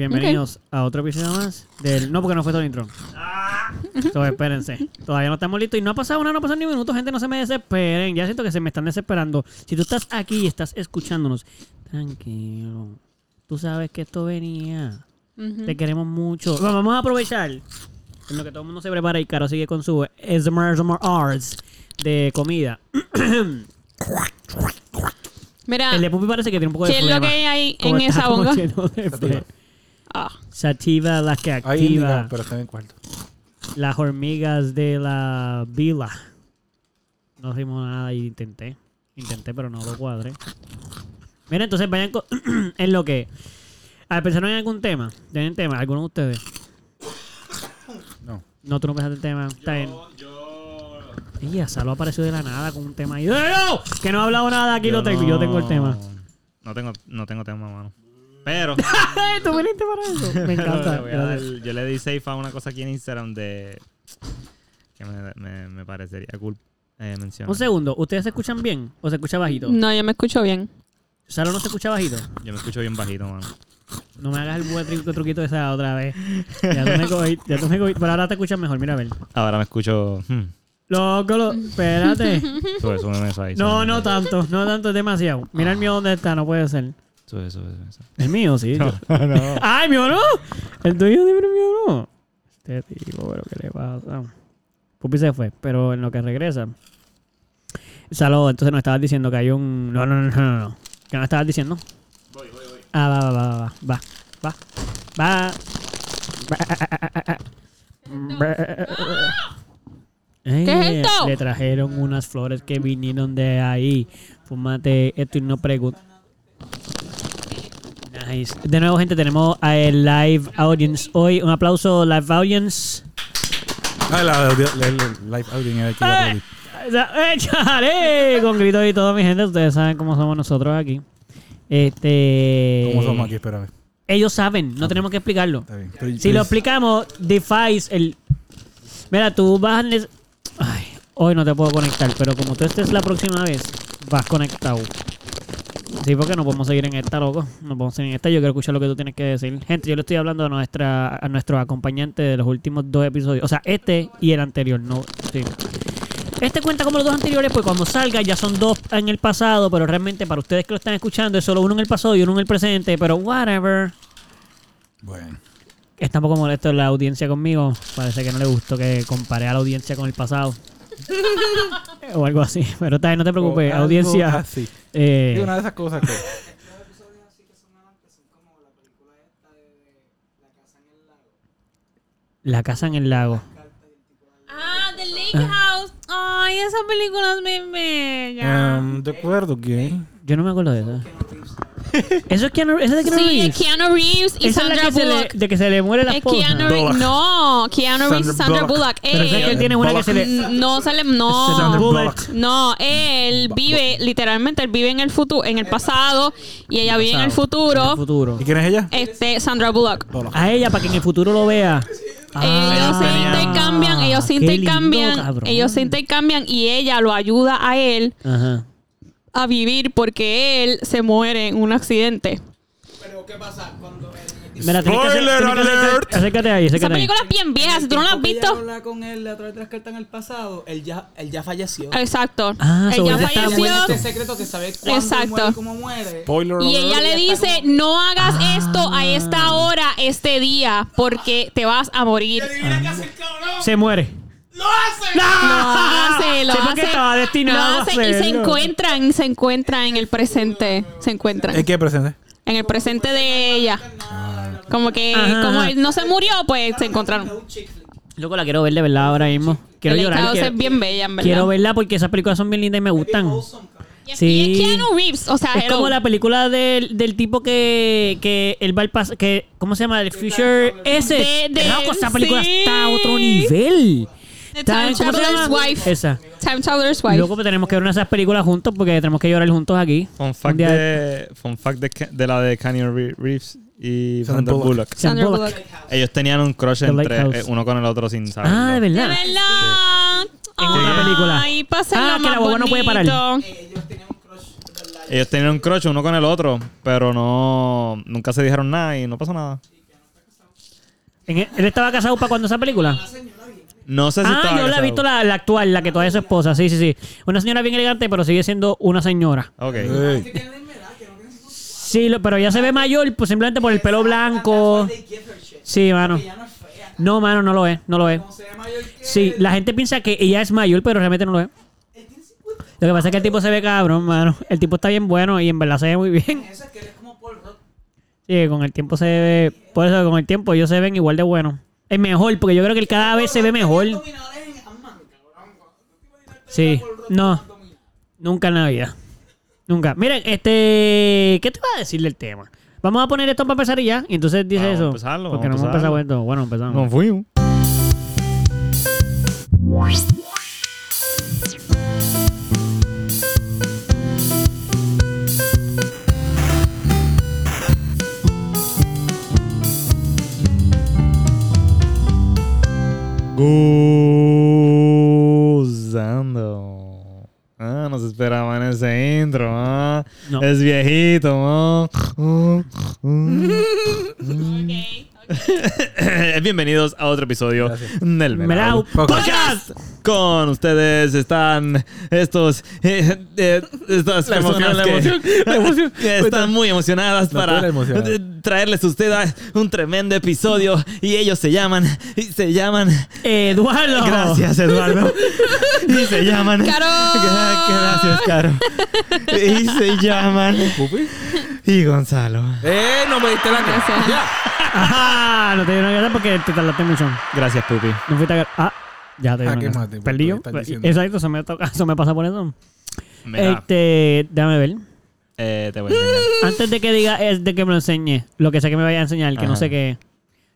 Bienvenidos a otro episodio más del... No, porque no fue todo el intro. Ah. Entonces, espérense. Todavía no estamos listos y no ha pasado una, no ha pasado ni un minuto. Gente, no se me desesperen. Ya siento que se me están desesperando. Si tú estás aquí y estás escuchándonos, tranquilo. Tú sabes que esto venía. Ujú. Te queremos mucho. Bueno, vamos a aprovechar. En lo que todo el mundo se prepara y Caro sigue con su ASMR Arts de comida. Mira, El de Pupi parece que tiene un poco de Ah. ¿qué es lo flema. que hay Como en está esa como bonga? lleno de fle- Ah, Sativa, la que Ahí activa. pero está en el cuarto. Las hormigas de la vila. No hicimos nada y intenté. Intenté, pero no lo cuadré. Mira, entonces vayan con- en lo que. A ver, ¿pensaron en algún tema? ¿Tienen tema? ¿Alguno de ustedes? No. No, tú no pensaste en tema. Está bien. Y ya Salo apareció de la nada con un tema ahí. ¡No! Que no ha hablado nada, aquí lo tengo. Yo tengo el tema. No tengo, no tengo tema, mano. Pero ¡Ay, tú viniste para eso! Me encanta. le voy a dar- Gracias. yo le di safe a una cosa aquí en Instagram de que me, me- me parecería cool eh, mencionar. Un segundo, ¿ustedes se escuchan bien o se escucha bajito? no, yo me escucho bien. ¿Salo no se escucha bajito? Yo me escucho bien bajito, mano. No me hagas el buen truquito, truquito de esa otra vez. Ya tú me cogiste, ya tú me cogiste. Pero ahora te escuchas mejor, mira a ver. Ahora me escucho. hmm, Loco, lo- espérate. sube, súbeme eso ahí. No, súbeme no eso tanto, no tanto, es demasiado. Mira el mío donde está, no puede ser. ahí. Sube, sube, sube eso. El mío, sí. yo- ¡Ay, mío no! El tuyo, dime el mío no. Este tipo, pero ¿qué le pasa? Pupi se fue, pero en lo que regresa. Salud, entonces nos estabas diciendo que hay un. No, no, no, no, no. ¿Qué nos estabas diciendo? Voy, voy, voy. Ah, va, va, va, va, va. Va, va. Va. Eh, ¿Qué es esto? Le trajeron unas flores que vinieron de ahí. Fumate esto y no preguntes. Nice. De nuevo, gente, tenemos a el live audience hoy. Un aplauso, live audience. Ah, la, la, la- la- live outing era aquí. la peli. ¡Échale! Con gritos y todo, mi gente. Ustedes saben cómo somos nosotros aquí. Este. ¿Cómo somos aquí? Ah. Espérame. Ellos saben, no tenemos que explicarlo. Está bien. Pero- Si lo explicamos, defies el. Mira, tú vas. en les- Ay, hoy no te puedo conectar, pero como tú estés la próxima vez, vas conectado. Sí, porque no podemos seguir en esta, loco. No podemos seguir en esta. Yo quiero escuchar lo que tú tienes que decir. Gente, yo le estoy hablando a nuestra a nuestro acompañante de los últimos dos episodios. O sea, este y el anterior. No, sí. Este cuenta como los dos anteriores, pues cuando salga ya son dos en el pasado, pero realmente para ustedes que lo están escuchando es solo uno en el pasado y uno en el presente, pero whatever. Bueno. Está un poco molesto la audiencia conmigo. Parece que no le gustó que comparé a la audiencia con el pasado. o algo así. Pero está bien, no te preocupes. O algo audiencia. así. eh, Es una de esas cosas que. La casa en el lago. Ah, The Lake House. Ay, esa película es bien Um, bella. Em, de acuerdo que. Yo no me acuerdo de eso. eso es Keanu, eso es de Keanu sí, es Reeves. Keanu Reeves Esa y es la Sandra que se le, Bullock. de que se le muere la Es esposa. Keanu Reeves. Bullock. No, Keanu Reeves y Sandra Sandra Bullock. Pero sabes que él Él- tiene una que se le... n- no sale. Sandra No. Bullock. Bullock. No, él vive, literalmente, él vive en el futuro, en el pasado y ella vive en el En el futuro. futuro. ¿Y quién es ella? Este, Sandra Bullock. A ella para que en el futuro lo vea. Ellos se intercambian, ellos se Ah, qué lindo, intercambian, cabrón. ellos se intercambian y ella lo ayuda a él Ajá. a vivir porque él se muere en un accidente. Mira, tienes que hacer- Spoiler tienes que hacer- alert. Acércate ahí, Esa acércate ahí. película es bien vieja, si tú no la has Porque ella visto. habla con él a través de las cartas en el pasado, él ya, él ya falleció. Exacto. Ah, Él ya sobre esta Ella falleció tiene vuelta. este secreto que sabe cuándo Exacto. muere y cómo muere. Spoiler y alert. ella le Ella está dice, como- no hagas Ah. esto a esta hora, este día, porque te vas a morir. Se muere. ¡Lo Lo hace! hace, lo Sí, porque hace. estaba destinado lo a hace y se hacerlo. encuentran, se encuentran en el presente, se encuentran. ¿En qué presente? en el presente de ella. Como que Ajá, como ajá. él no se murió, pues se encontraron. Loco, la quiero ver de verdad ahora mismo. Quiero El llorar. estado Quiero, es bien bella, en verdad. quiero verla porque esas películas son bien lindas y me gustan. Y es- Sí. Y es Keanu Reeves, o sea, Es hello. como la película del, del tipo que, que él va al pas que ¿Cómo se llama? El Future ese. De- de- Loco, esa película sí. está a otro nivel. The Está- Time ¿cómo se Traveler's llama? Wife. Esa. Time Traveler's Wife. Loco, pues tenemos que ver una de esas películas juntos porque tenemos que llorar juntos aquí. Fun Un fact, día- de, fun fact de, Ca- de la de Canyon Re- Reeves y Sandra Sandra Bullock. Bullock. Sandra Bullock. Bullock. Ellos tenían un crush The entre Lighthouse. eh, uno con el otro sin saberlo. Ah, de De verdad. verdad. En una película. Ay, pásenlo Ah, que más la boba no puede parar. bonito. Ellos tenían un crush uno con el otro, pero no nunca se dijeron nada y no pasó nada. En e- él estaba casado para cuando esa película. No sé si Ah, estaba yo la he casado. visto la, la actual, la que todavía es su esposa. Sí, sí, sí. Una señora bien elegante, pero sigue siendo una señora. Ok. Ey. Sí, lo- pero ya se ve mayor, pues simplemente por el pelo blanco. Sí, mano. Ya no es fea. No, mano, no lo es, no lo es. Como se ve mayor que Sí, la gente piensa que ella es mayor, pero realmente no lo es. él tiene 50 Lo que pasa es que el tipo se ve cabrón, mano. El tipo está bien bueno y en verdad se ve muy bien. años, es que él es como Paul Rudd. Sí, con el tiempo se ve... Por eso, con el tiempo ellos se ven igual de buenos. Es mejor, porque yo creo que él cada vez se ve mejor. Los abdominales en Ant-Man, cabrón. Tú te imaginas que Sí, era Paul Rudd con no. abdominales. Nunca en la vida. Nunca. Miren, este. ¿Qué te iba a decir del tema? Vamos a poner esto para empezar y ya. Y entonces dice Vamos a eso. empezarlo, Porque vamos a no hemos empezarlo. empezado esto. Bueno, empezamos. Nos fuimos. Gozando. Ah, nos esperaban ese intro, ah. No. Es viejito, ah. Ah, ah. Ok, ok. Bienvenidos a otro episodio del Melau Melau Podcast. Con ustedes están estos eh, eh, estas La emoción, personas la que- emoción, la emoción. que están muy emocionadas No, tú para eres emocionada. eh, traerles a ustedes un tremendo episodio y ellos se llaman y se llaman eh, Oh. Eduardo. Gracias, Eduardo. Y se llaman. ¡Caro! Gracias, Caro. Y se llaman. ¿Pupi? Y Gonzalo. ¡Eh! No me diste la cara. Ya. Ajá, no te dieron gracias porque te tardaste mucho. Gracias, Pupi. No fuiste a. Ah, ya te Ah, dieron qué gracias. mate, pues, Perdí tú yo. estás diciendo. Exacto, eso me, toca- eso me pasa por eso. Mira, Este. Déjame ver. eh, te voy a enseñar. Antes de que diga, es de que me lo enseñe. Lo que sé que me vaya a enseñar, que no Ajá. sé qué.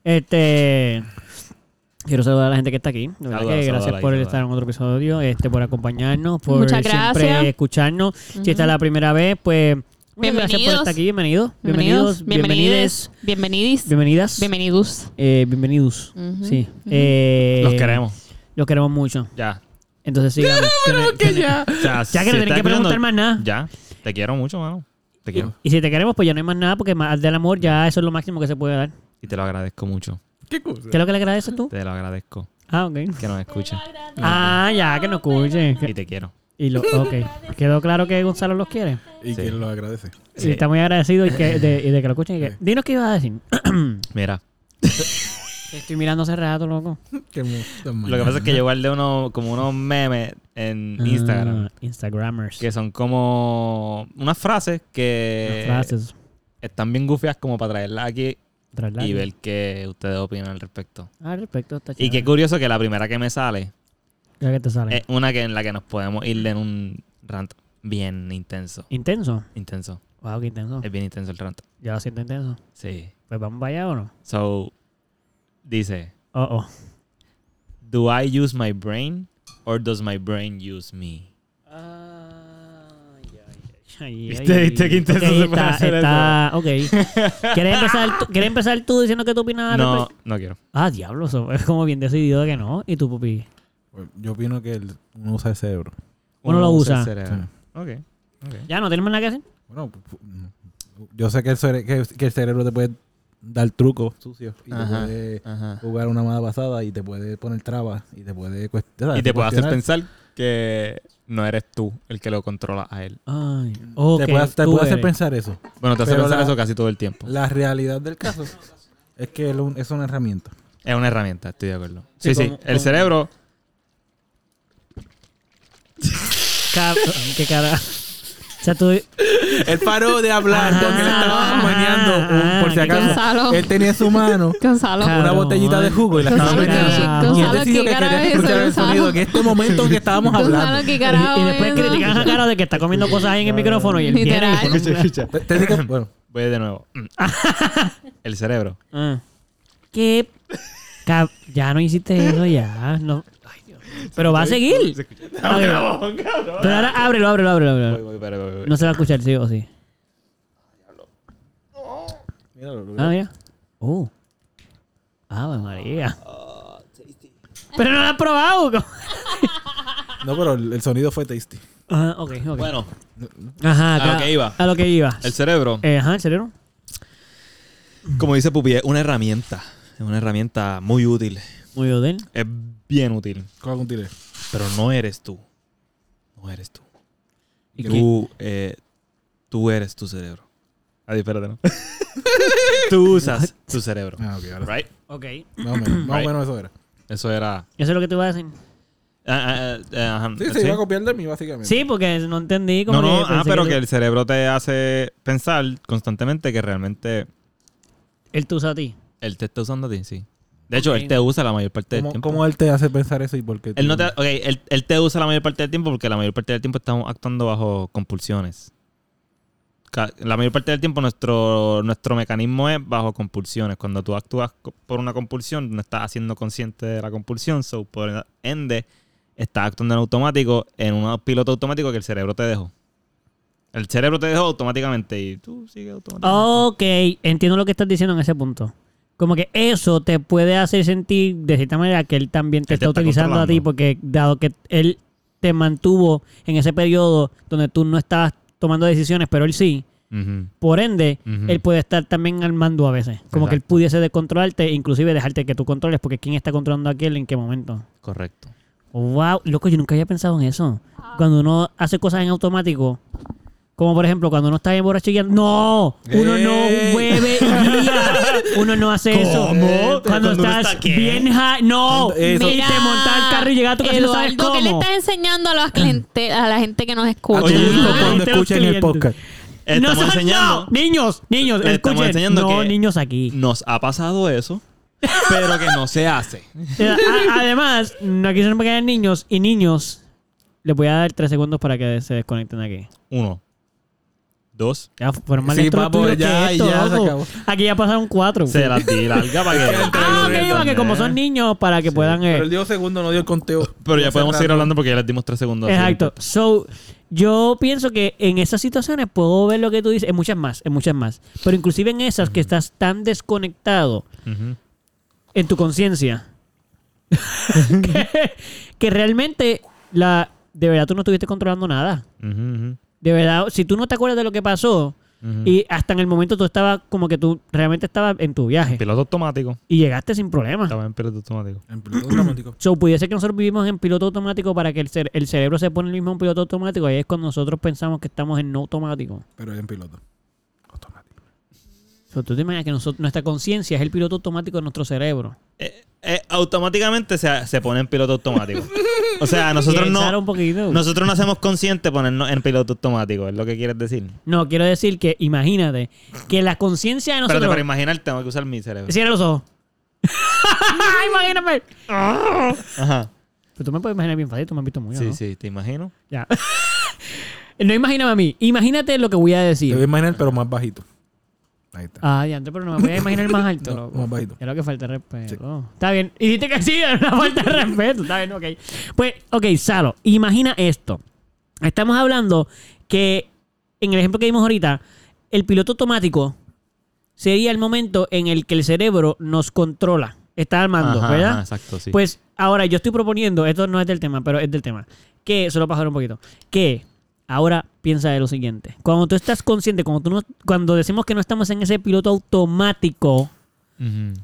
Este. Quiero saludar a la gente que está aquí. De verdad Saluda, que saluda, gracias like, por saluda. estar en otro episodio, este, por acompañarnos, por Muchas gracias. siempre escucharnos. Si esta es la primera vez, pues muchas gracias por Bienvenidos. estar aquí. Bienvenidos. Bienvenidos, Bienvenides. bienvenides, bienvenidis, Bienvenidas. bienvenidos. eh, bienvenidos. Ujú, Sí. Eh, Los queremos. Los queremos mucho. Ya. Entonces sigan. ya. O sea, Ya que no tenés si estás que preguntar escuchando- más nada. Ya. Te quiero mucho, mano. Te Y, quiero. y si te queremos, pues ya no hay más nada, porque más del amor ya eso es lo máximo que se puede dar. Y te lo agradezco mucho. ¿Qué cosa? ¿Qué es lo que le agradeces tú? Te lo agradezco. Ah, ok. Que nos escuches. Ah, ya, que no escuche. Y te quiero. Y lo, ok. Quedó claro que Gonzalo los quiere. Y quién lo agradece. Y está muy agradecido y que, de, y de que lo escuchen. Y que, dinos qué ibas a decir. Mira. Estoy mirando hace rato, loco. Qué Lo que pasa es que yo guardé uno, como unos memes en Instagram. Ah, Instagrammers. Que eh, son como unas frases que Las frases. están bien gufias como para traerlas aquí tras la- y ver qué ustedes opinan al respecto. Ah, respecto está Y chévere. qué curioso que eh, la primera que me sale Ya que te sale. es una que en la que nos podemos ir en un rant bien intenso. ¿Intenso? Intenso. Wow, qué intenso. Es bien intenso el rant. Ya lo siento intenso. Sí. Pues vamos para allá o no. So, dice, Oh, oh. do I use my brain or does my brain use me? Ay, Viste, ay. viste qué intenso Ok, se puede está, hacer está, ok. ¿Quieres empezar, tú, ¿Quieres empezar tú diciendo que tú opinas? al No, respecto? no quiero. Ah, diablo, eso es como bien decidido que no. ¿Y tú, pupi? Yo opino que el- uno usa el cerebro. Uno lo usa. el cerebro. Ok. Ya, no tenemos nada que hacer. Bueno, pu- pu- no. yo sé que el, cere- que- que el cerebro te puede dar trucos sucios y Ajá, te puede ajá. jugar una mala pasada y te puede poner trabas y te puede cuestionar. Y te puede hacer pensar que no eres tú el que lo controla a él. Ay, ok. te puede, te tú eh, puede hacer eres. pensar eso. Bueno, te hace Pero pensar la- eso casi todo el tiempo. La realidad del caso es que él un- es una herramienta. Es una herramienta, estoy de acuerdo. Sí, Sí, sí. como- el como- cerebro. Cab- ¿Qué cara? O sea, tú... Él paró de hablar Ajá. porque él estaba maneando, un- por si Ah, acaso. Gonzalo. Él tenía en su mano Gonzalo. Claro. una botellita de jugo y la estaba Gonzalo, ¿qué- metiendo. Y él Gonzalo, decidió qué que cara quería es escuchar esa, el sonido Gonzalo? en este momento en que estábamos hablando. Gonzalo, qué carajo. Y, y después es eso? critican a cara de que está comiendo cosas ahí en el micrófono y él viene y Literal. pone un- Te- te digo- bueno, Voy de nuevo. el cerebro. Ah. ¿Qué? Cab- ya no hiciste eso, ya. No. Ay, Dios. Pero va a seguir. A ver. Pero ahora ábrelo, ábrelo, ábrelo, Voy, ábrelo. voy, voy, voy, voy. No se va a escuchar, sí o sí. Ah, mira. Oh. Ave María. Ah, Pero no lo has probado. no, pero el el sonido fue tasty. Ajá, Ah, ok, ok. Bueno, Ajá, a lo claro. que iba. A lo que iba. el cerebro, Eh, ajá, el cerebro. como dice Pupi, es una herramienta. es una herramienta muy útil. Muy odel. Es bien útil. Coja con tire. Pero no eres tú. No eres tú. ¿Y qué? Tú, eh, tú eres tu cerebro. Ay, espérate, ¿no? tú usas tu cerebro. Ah, ok, ahora. Right? Ok. Más o menos, más o Right. menos eso era. Eso era. Eso es lo que tú vas a decir. Ah, ah, ah, ajá, Sí, se ¿sí? iba a copiar de mí, básicamente. Sí, porque no entendí como No, no, que ah, pensé pero tú- que el cerebro te hace pensar constantemente que realmente él te usa a ti. él te está usando a ti, sí. De hecho, Ok. él te usa la mayor parte del ¿Cómo, tiempo. cómo él te hace pensar eso y por qué? Él, tú- no te, ok, él, él te usa la mayor parte del tiempo porque la mayor parte del tiempo estamos actuando bajo compulsiones. Ca- La mayor parte del tiempo nuestro, nuestro mecanismo es bajo compulsiones. Cuando tú actúas co- por una compulsión, no estás haciendo consciente de la compulsión, so por ende, estás actuando en automático, en un piloto automático que el cerebro te dejó. El cerebro te dejó automáticamente y tú sigues automáticamente. Ok, entiendo lo que estás diciendo en ese punto. Como que eso te puede hacer sentir de cierta manera que él también te Él te está, está utilizando a ti controlando. porque dado que él te mantuvo en ese periodo donde tú no estabas tomando decisiones, pero él sí. Ujú. Por ende, Ujú. él puede estar también al mando a veces. Como que él Exacto. pudiese descontrolarte, inclusive dejarte que tú controles, porque ¿quién está controlando a aquel en qué momento? Correcto. Wow, loco, yo nunca había pensado en eso. Cuando uno hace cosas en automático, como por ejemplo cuando uno está emborrachillando, no, uno ¡Ey! no bebe y guía. uno no hace eso. ¿Cómo? Cuando ¿Cuando uno estás está qué? bien high, no, Cuando- eso- y te montas el carro y llegas a tu casa y no sabes Eduardo, ¿qué le cómo. estás enseñando a, los cliente- a la gente que nos A escucha? tu hijo Oye, cuando te lo escuchen el escribiendo. podcast. no, Estamos son- enseñando. no, niños, niños, Le estamos escuchen. enseñando no, que- niños aquí. Nos ha pasado eso, pero que no se hace. Eh, A- Además, no quisieron que hayan niños y niños. Les voy a dar tres segundos para que se desconecten aquí. Uno. Dos. Ya fueron más Sí, lentos los papo, tuyos que ya, esto, ya, se loco. acabó. Aquí ya pasaron cuatro. Se las di larga para que... Ah, ok, para que como son niños, para que puedan... eh, Pero él dio segundo, no dio el conteo. Pero ya podemos seguir Cerrando. hablando porque ya les dimos tres segundos. así. exacto. So, yo pienso que en esas situaciones puedo ver lo que tú dices, en muchas más, en muchas más. Pero inclusive en esas que estás tan desconectado Ujú. en tu conciencia, que, que realmente la, de verdad tú no estuviste controlando nada. Ujú, ujú, De verdad, si tú no te acuerdas de lo que pasó, ujú. y hasta en el momento tú estabas como que tú realmente estabas en tu viaje Piloto automático. y llegaste sin problemas. Estaba en piloto automático. En piloto automático. So, pudiese que nosotros vivimos en piloto automático para que el, cere- el cerebro se pone el mismo en piloto automático. Ahí es cuando nosotros pensamos que estamos en no automático. Pero es en piloto. Automático. So, tú te imaginas que nosotros, nuestra conciencia es el piloto automático de nuestro cerebro. Eh, eh, automáticamente se, se pone en piloto automático. O sea, nosotros Pensar no... un poquito. No, Nosotros no hacemos consciente ponernos en piloto automático, es lo que quieres decir. quiero decir que imagínate que la conciencia de Pero nosotros... para imaginar tengo que usar mi cerebro. Cierra los ojos. Imagíname. Ajá. Pero tú me puedes imaginar bien fácil, tú me has visto muy Sí, ¿no? sí, te imagino. Ya. no imagíname a mí. Imagínate lo que voy a Te voy a decir. imaginar, pero más bajito. Ahí está. Ah, diantre, pero no me voy a imaginar más alto, No, loco. más bajito. Era lo que falta de respeto. Está bien. Y dijiste que sí, era una falta de respeto. Está bien, ok. Pues, ok, Salo, imagina esto. Estamos hablando que en el ejemplo que vimos ahorita, el piloto automático sería el momento en el que el cerebro nos controla. Está armando, Ajá, ¿verdad? ajá, exacto, sí. Pues ahora yo estoy proponiendo, esto no es del tema, pero es del tema, que, solo para joder un poquito, que ahora piensa de lo siguiente. Cuando tú estás consciente, cuando, tú no- cuando decimos que no estamos en ese piloto automático, Ujú.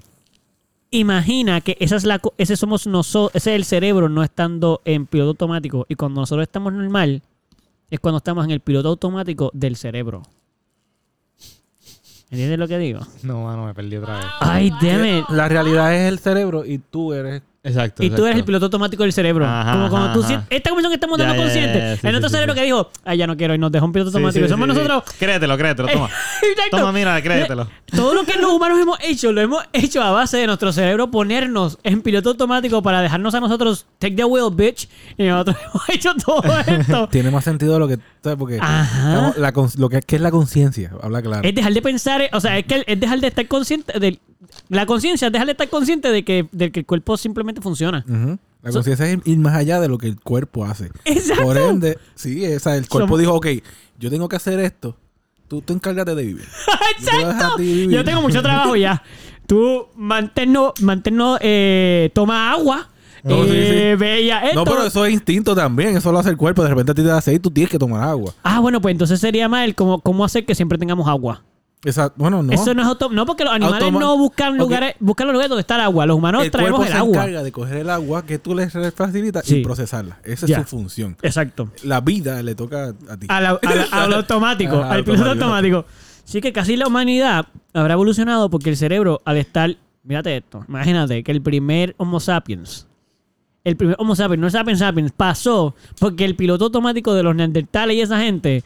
imagina que esa es la, co- ese somos nosotros, ese es el cerebro no estando en piloto automático. Y cuando nosotros estamos normal, es cuando estamos en el piloto automático del cerebro. ¿Entiendes lo que digo? No, mano, me perdí otra vez. Ay, damn it. Ah, La realidad es el cerebro y tú eres. Exacto. Y tú eres el exacto. piloto automático del cerebro. Ajá, como cuando ajá, tú ajá. sientes. Esta conversación que estamos dando Ya, ya, consciente. ya, ya, sí, en otro sí, cerebro sí. que dijo, ah, ya no quiero y nos dejó un piloto automático. Sí, sí, Somos sí, sí. nosotros. Créetelo, créetelo, toma. Exacto. Toma, mira, créetelo. Todo lo que los humanos hemos hecho, lo hemos hecho a base de nuestro cerebro ponernos en piloto automático para dejarnos a nosotros take the wheel, bitch. Y nosotros hemos hecho todo esto. Tiene más sentido lo que. ¿Sabes? Porque. Ajá. estamos- la cons- lo que, ¿qué es la conciencia. Habla claro. es dejar de pensar, o sea, es que es dejar de estar consciente de la conciencia, es dejar de estar consciente de que, de que el cuerpo simplemente funciona. Ujú. La So- conciencia es ir más allá de lo que el cuerpo hace. Exacto. Por ende, sí, o sea, el cuerpo Somos- dijo, ok, yo tengo que hacer esto. Tú, tú encárgate de vivir. Yo te voy a dejar a ti vivir. Yo tengo mucho trabajo ya. Tú manténnos, manténnos, eh, toma agua. No, Oh, sí, eh, ve ya esto. No, pero eso es instinto también. Eso lo hace el cuerpo. De repente a ti te da sed y tú tienes que tomar agua. Ah, bueno, pues entonces sería mal como cómo hacer que siempre tengamos agua. Esa- bueno, no. Eso no es auto... No, porque los animales Automa- no buscan Ok. lugares, buscan los lugares donde está el agua. Los humanos el cuerpo traemos el se agua. encarga de coger el agua que tú le facilitas Sí. y procesarla. Esa Ya. es su función. Exacto. La vida le toca a ti. A la- a la- al automático, Ajá, al piloto automático. automático. Sí que casi la humanidad habrá evolucionado porque el cerebro, al estar... Mírate esto. Imagínate que el primer Homo sapiens... El primer Homo sapiens, no sapiens sapiens, pasó porque el piloto automático de los neandertales y esa gente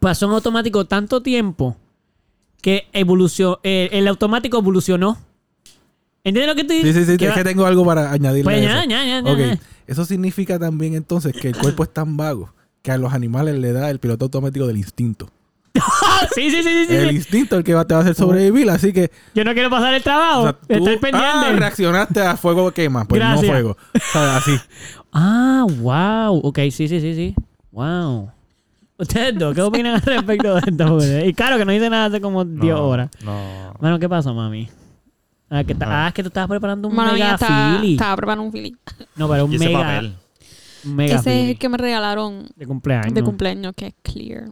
pasó en automático tanto tiempo que evolucionó, el automático evolucionó. ¿Entiendes lo que te Sí, sí, sí. que Es va- que tengo algo para añadirle. Pues a ya, eso. ya, ya, ya, Ok. ya. Eso significa también entonces que el cuerpo es tan vago que a los animales le da el piloto automático del instinto. Sí, sí, sí, sí, sí, El sí. instinto el que va- te va a hacer sobrevivir. Así que Yo no quiero pasar el trabajo. O sea, tú- Estar Oh, pendiente. Ah, reaccionaste a fuego quema. Pues Gracias. no fuego. O sea, así. Ah, wow. Ok, sí, sí, sí, sí. Wow. Ustedes dos, ¿qué opinan al respecto de esto? Porque- Y claro que no hice nada hace como 10 horas. No. Bueno, ¿qué pasa, mami? Ah, que, ta- ah, es que tú estabas preparando un Mano mía, mega estaba, fili. estaba preparando un fili. No, pero un Y ese mega, papel. un mega Ese es fili el que me regalaron de cumpleaños. de cumpleaños, que es clear.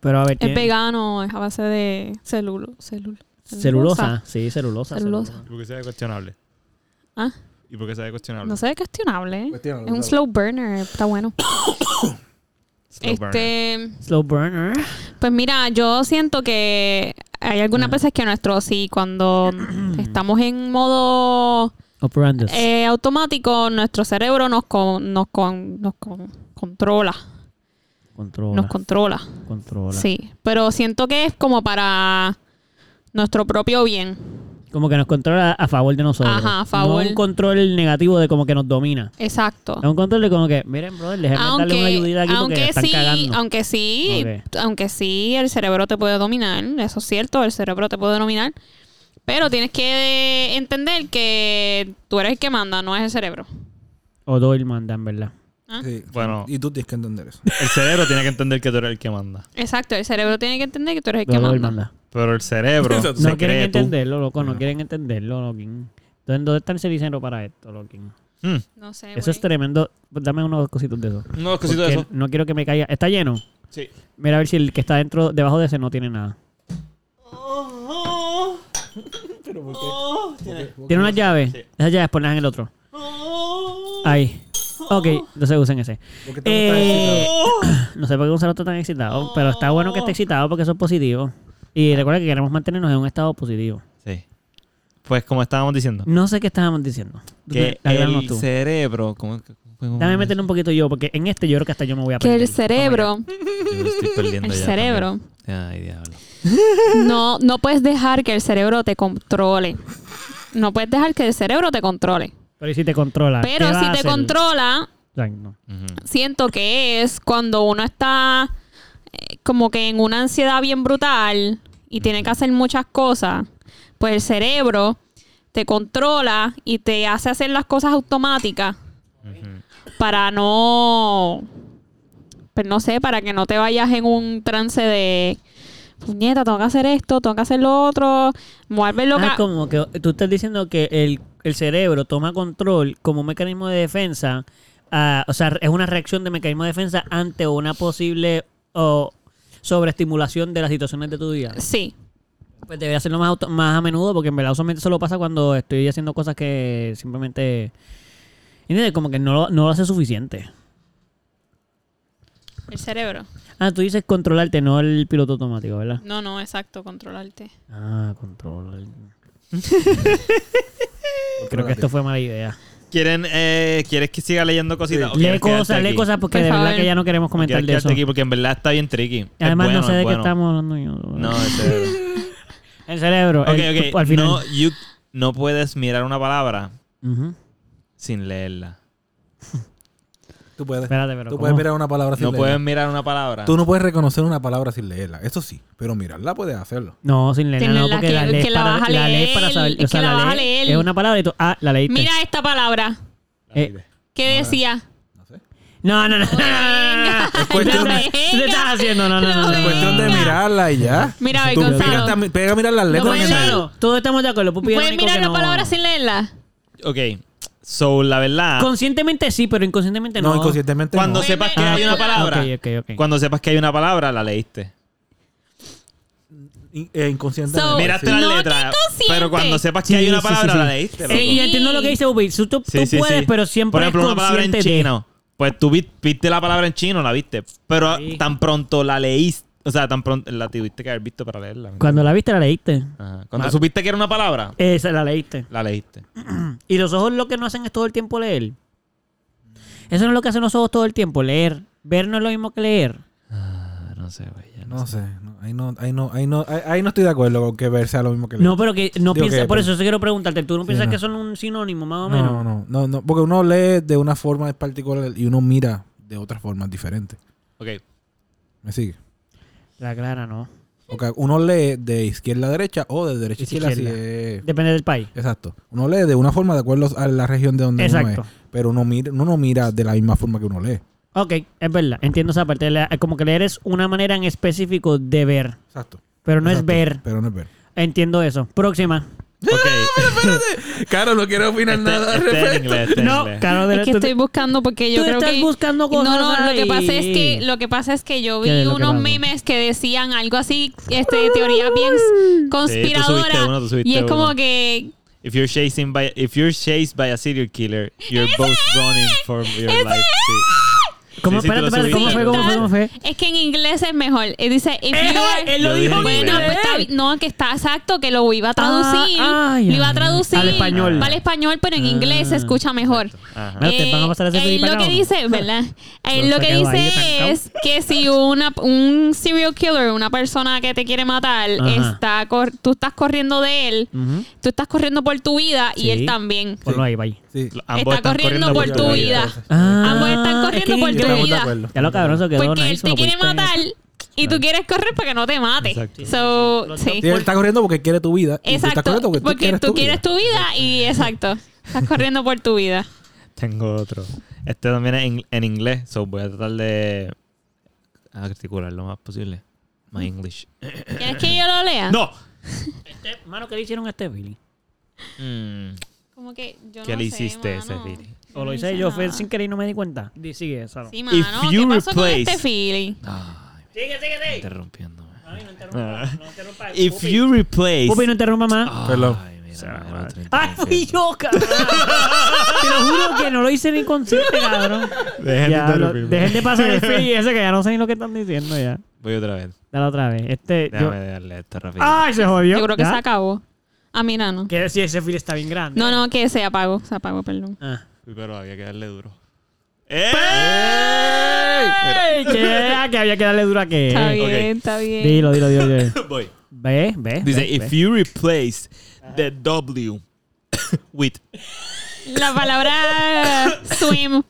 Pero a ver, Es tiene- vegano, es a base de celulo, celul- celulosa. Sí, celulosa. Celulosa. ¿Y por qué se ve cuestionable? Ah, ¿Y por qué se ve cuestionable? no sé, es cuestionable. ¿eh? Cuestionable, Es un claro. slow burner, está bueno. Slow burner. Este, Slow burner. pues mira, yo siento que hay algunas veces que nuestro sí, cuando estamos en modo Operandus. eh, automático, nuestro cerebro nos con- nos con- nos con- controla, controla. nos controla. controla. Sí, pero siento que es como para nuestro propio bien. Como que nos controla a favor de nosotros. Ajá, a favor. No un control negativo de como que nos domina. Exacto. Es un control de como que, miren, brother, déjenme darle una ayudita aquí porque están sí, cagando. aunque sí, aunque sí, el cerebro te puede dominar, eso es cierto, el cerebro te puede dominar, pero tienes que entender que tú eres el que manda, no es el cerebro. O Doyle manda, en verdad. Sí. Bueno. Y tú tienes que entender eso. El cerebro tiene que entender que tú eres el que manda. Exacto, el cerebro tiene que entender que tú eres el que Doyle manda. manda. Pero el cerebro Eso se No quieren cree tú. entenderlo, loco, no quieren entenderlo, loquín. Entonces, ¿dónde está el celicero para esto, loquín? Mm. No sé. Eso es güey. tremendo. Dame unos cositos de eso. No, es que sí, todo eso. Porque No quiero que me caiga. ¿Está lleno? Sí. Mira a ver si el que está dentro, debajo de ese no tiene nada. Oh, ¿Tiene unas llaves? Esas llaves ponlas en el otro. Oh. Ahí. Ok, entonces usen ese. ¿Por qué te gusta Eh, No sé por qué Gonzalo está tan excitado, pero está bueno que esté excitado porque eso es positivo. Y recuerda que queremos mantenernos en un estado positivo. Sí. Pues como estábamos diciendo, No sé qué estábamos diciendo. que Acláranos el tú. cerebro... ¿cómo es que- cómo- Dame meterle un poquito yo, porque en este yo creo que hasta yo me voy a Que perder. el cerebro, Yo me estoy perdiendo el ya cerebro, también. Ay, diablo. no, no puedes dejar que el cerebro te controle. No puedes dejar que el cerebro te controle. Pero ¿y si te controla. Pero Ah, ¿Qué va si a te hacer? controla, Ay, no. Ujú. siento que es cuando uno está eh, como que en una ansiedad bien brutal y tiene que hacer muchas cosas, pues el cerebro te controla y te hace hacer las cosas automáticas para no, pues no sé, para que no te vayas en un trance de puñeta, tengo que hacer esto, tengo que hacer lo otro, muévelo Ah, como que tú estás diciendo que el, el cerebro toma control como un mecanismo de defensa. ah, o sea, es una reacción de mecanismo de defensa ante una posible o sobreestimulación de las situaciones de tu día. Sí, Pues debería hacerlo más, auto- más a menudo, porque en verdad usualmente solo pasa cuando estoy haciendo cosas que simplemente. ¿Entiendes? Como que no, lo- no lo hace suficiente. el cerebro. Ah, tú dices controlarte, no el piloto automático, ¿verdad? No, no, exacto, controlarte. Ah, control. Creo que esto fue mala idea. ¿Quieren, eh, ¿Quieres que siga leyendo cositas? o lee quieres quedarte cosas, lee aquí? cosas, porque Por de verdad favor. que ya no queremos ¿Quieres comentar de quedarte eso. aquí? porque en verdad está bien tricky. Es Además, bueno, no sé es de bueno. qué estamos hablando. yo. No, el cerebro. El cerebro. Ok, el- ok. Al final. No, you- no puedes mirar una palabra Ujú. sin leerla. Tú puedes, Espérate, pero tú ¿cómo? puedes mirar una palabra sin No leerla. puedes mirar una palabra. Tú no puedes reconocer una palabra sin leerla. Eso sí. Pero mirarla puedes hacerlo. No, sin leerla, Sin no, leerla, porque que- la lees que la para, vas a la lees leer, para saber. O es sea, que la vas a lees- leer. Es una palabra y tú. Ah, la leíste. Mira esta palabra. Eh, ¿Qué decía? No sé. no, no, no. no, no, no, no. Es No, cuestión de- no, ¿Qué te estás haciendo? No, no, no. no, Es no. cuestión de Venga. mirarla y ya. Mira, Tú Gonzalo. pegas tam- pega a mirar las letras. puedes en el- leer. Gonzalo, todos estamos de acuerdo. Pupi es el ¿Puedes único mirar que Pues la no- palabra sin leerla? Ok. So, la verdad, Conscientemente sí, pero inconscientemente no. No, inconscientemente cuando no. sepas que Ah, hay una ok, palabra, ok, ok. cuando sepas que hay una palabra, la leíste. in- eh, inconscientemente. Oh, So- Miraste Sí. la No te letra, inconsciente. pero cuando sepas Sí, que hay una sí, palabra, sí, sí. la leíste. Eh, y entiendo lo que dice Ubi. Tú, tú Sí, sí, puedes, sí. pero siempre Por ejemplo, es una palabra en consciente de- chino. Pues tú vi- viste la palabra en chino, la viste. Pero Sí. tan pronto la leíste. O sea, tan pronto la tuviste que haber visto para leerla. Cuando la viste, la leíste. Ajá. Cuando supiste que era una palabra, Esa la leíste. la leíste. Y los ojos lo que no hacen es todo el tiempo leer. Eso no es lo que hacen los ojos todo el tiempo, leer. Ver no es lo mismo que leer. Ah, no sé, güey. ya no No sé, no, ahí, no, ahí, no, ahí, no, ahí, ahí no estoy de acuerdo con que ver sea lo mismo que leer. No, pero que no Digo piensas, que- por eso sí quiero preguntarte, ¿tú no piensas no. que son un sinónimo más o menos? no, no, no, no, porque uno lee de una forma en particular y uno mira de otras formas diferentes. sé. Ok. ¿Me sigue? La clara no. Ok, uno lee de izquierda a derecha o de derecha a izquierda. Izquierda. si es- Depende del país. Exacto. Uno lee de una forma de acuerdo a la región de donde Exacto. uno es. Pero uno, mira, uno no mira de la misma forma que uno lee. Ok, es verdad, entiendo esa parte. La- Como que leer es una manera en específico de ver, Exacto. pero no es Exacto, ver. Pero no es ver. Entiendo eso. Próxima. Ok. Claro, no quiero opinar Este, este en inglés, este en No, inglés. claro, de Es que estoy buscando porque yo tú creo estás que buscando cosas No, no, lo ahí. que pasa es que lo que pasa es que yo ¿Qué es vi lo que unos pasa? memes que decían algo así, este de teoría bien conspiradora uno, tú subiste y es como uno. que If you're chasing by if you're chased by a serial killer, you're both running for your life. Sí. ¿Cómo, Sí, sí, te espérate, lo espérate, subí, ¿cómo te fue, lo cómo fue, subí. cómo fue? es que en inglés es mejor. Él dice if you are Él lo Yo dijo dije en bueno, inglés. pues está inglés. bien. no, que está exacto, que lo iba a traducir. Ah, ay, lo iba a ay, traducir. al español. Para el español, pero en inglés se escucha mejor. Eh, Ajá. Mira, te van a pasar ese él clip lo acá, que ¿o no? dice, ¿verdad? Él No lo se que quedó ahí dice estancado. es que si una, un serial killer, una persona que te quiere matar, Ajá. está cor- tú estás corriendo de él, Ujú. tú estás corriendo por tu vida Sí. y él también. Ponlo ahí, bye. Sí. está Ambos están corriendo por tu vida. Ah, Ambos están es corriendo que por yo tu estamos de vida. acuerdo. Ya lo cabrón se quedó Porque Pues él nice, te lo quiere pusiste en matar y tú quieres correr para que no te mate. Exacto. So, Los sí. Sí, él está corriendo porque quiere tu vida. y tú estás Exacto. corriendo Porque, tú quieres vida. tu vida y exacto. Estás corriendo por tu vida. Tengo otro. Este también es en, en inglés, so voy a tratar de articular lo más posible. My English. ¿Quieres que yo lo lea? ¡No! Este- Mano, ¿qué le hicieron a este Billy? Mm, Como que yo ¿Qué no le sé, hiciste a ese mano. Billy? O no lo hice hice yo, nada. fue sin querer y no me di cuenta. Di- Sigue, Saro. Sí, mano, you ¿qué pasó con replace- este feeling? Ay, Sigue, sigue, Ah, interrumpiéndome. No interrumpa, no interrumpa. Ah. If you Ah, replace. Pupi, no interrumpa más. Ay, Perdón. mira, sea, mira, madre. otro ¡Ay, fui interrumpiendo. yo, cabrón! Te lo juro que no lo hice ni consciente, cabrón. Dejen de Ya, lo- interrumpirme. Dejen de pasar el feed ese que ya no sé ni lo que están diciendo ya. Voy otra vez. Dale otra vez. Este, yo- Déjame darle esto rápido. ¡Ay, se jodió! Yo creo que ¿Ya? se acabó. Ah, mira, no. Que si ese feed está bien grande. No, no, que se apagó. Se apagó, perdón. Ah. Uy, Pero había que darle duro. ¡Eh! ¡Ey! Que, que había que darle duro a que... Está bien, Eh, ok. está bien. Dilo, dilo, dilo, dilo. Mira, Voy. Ve, ve. Dice, ve, ve. if you replace the W with La palabra swim.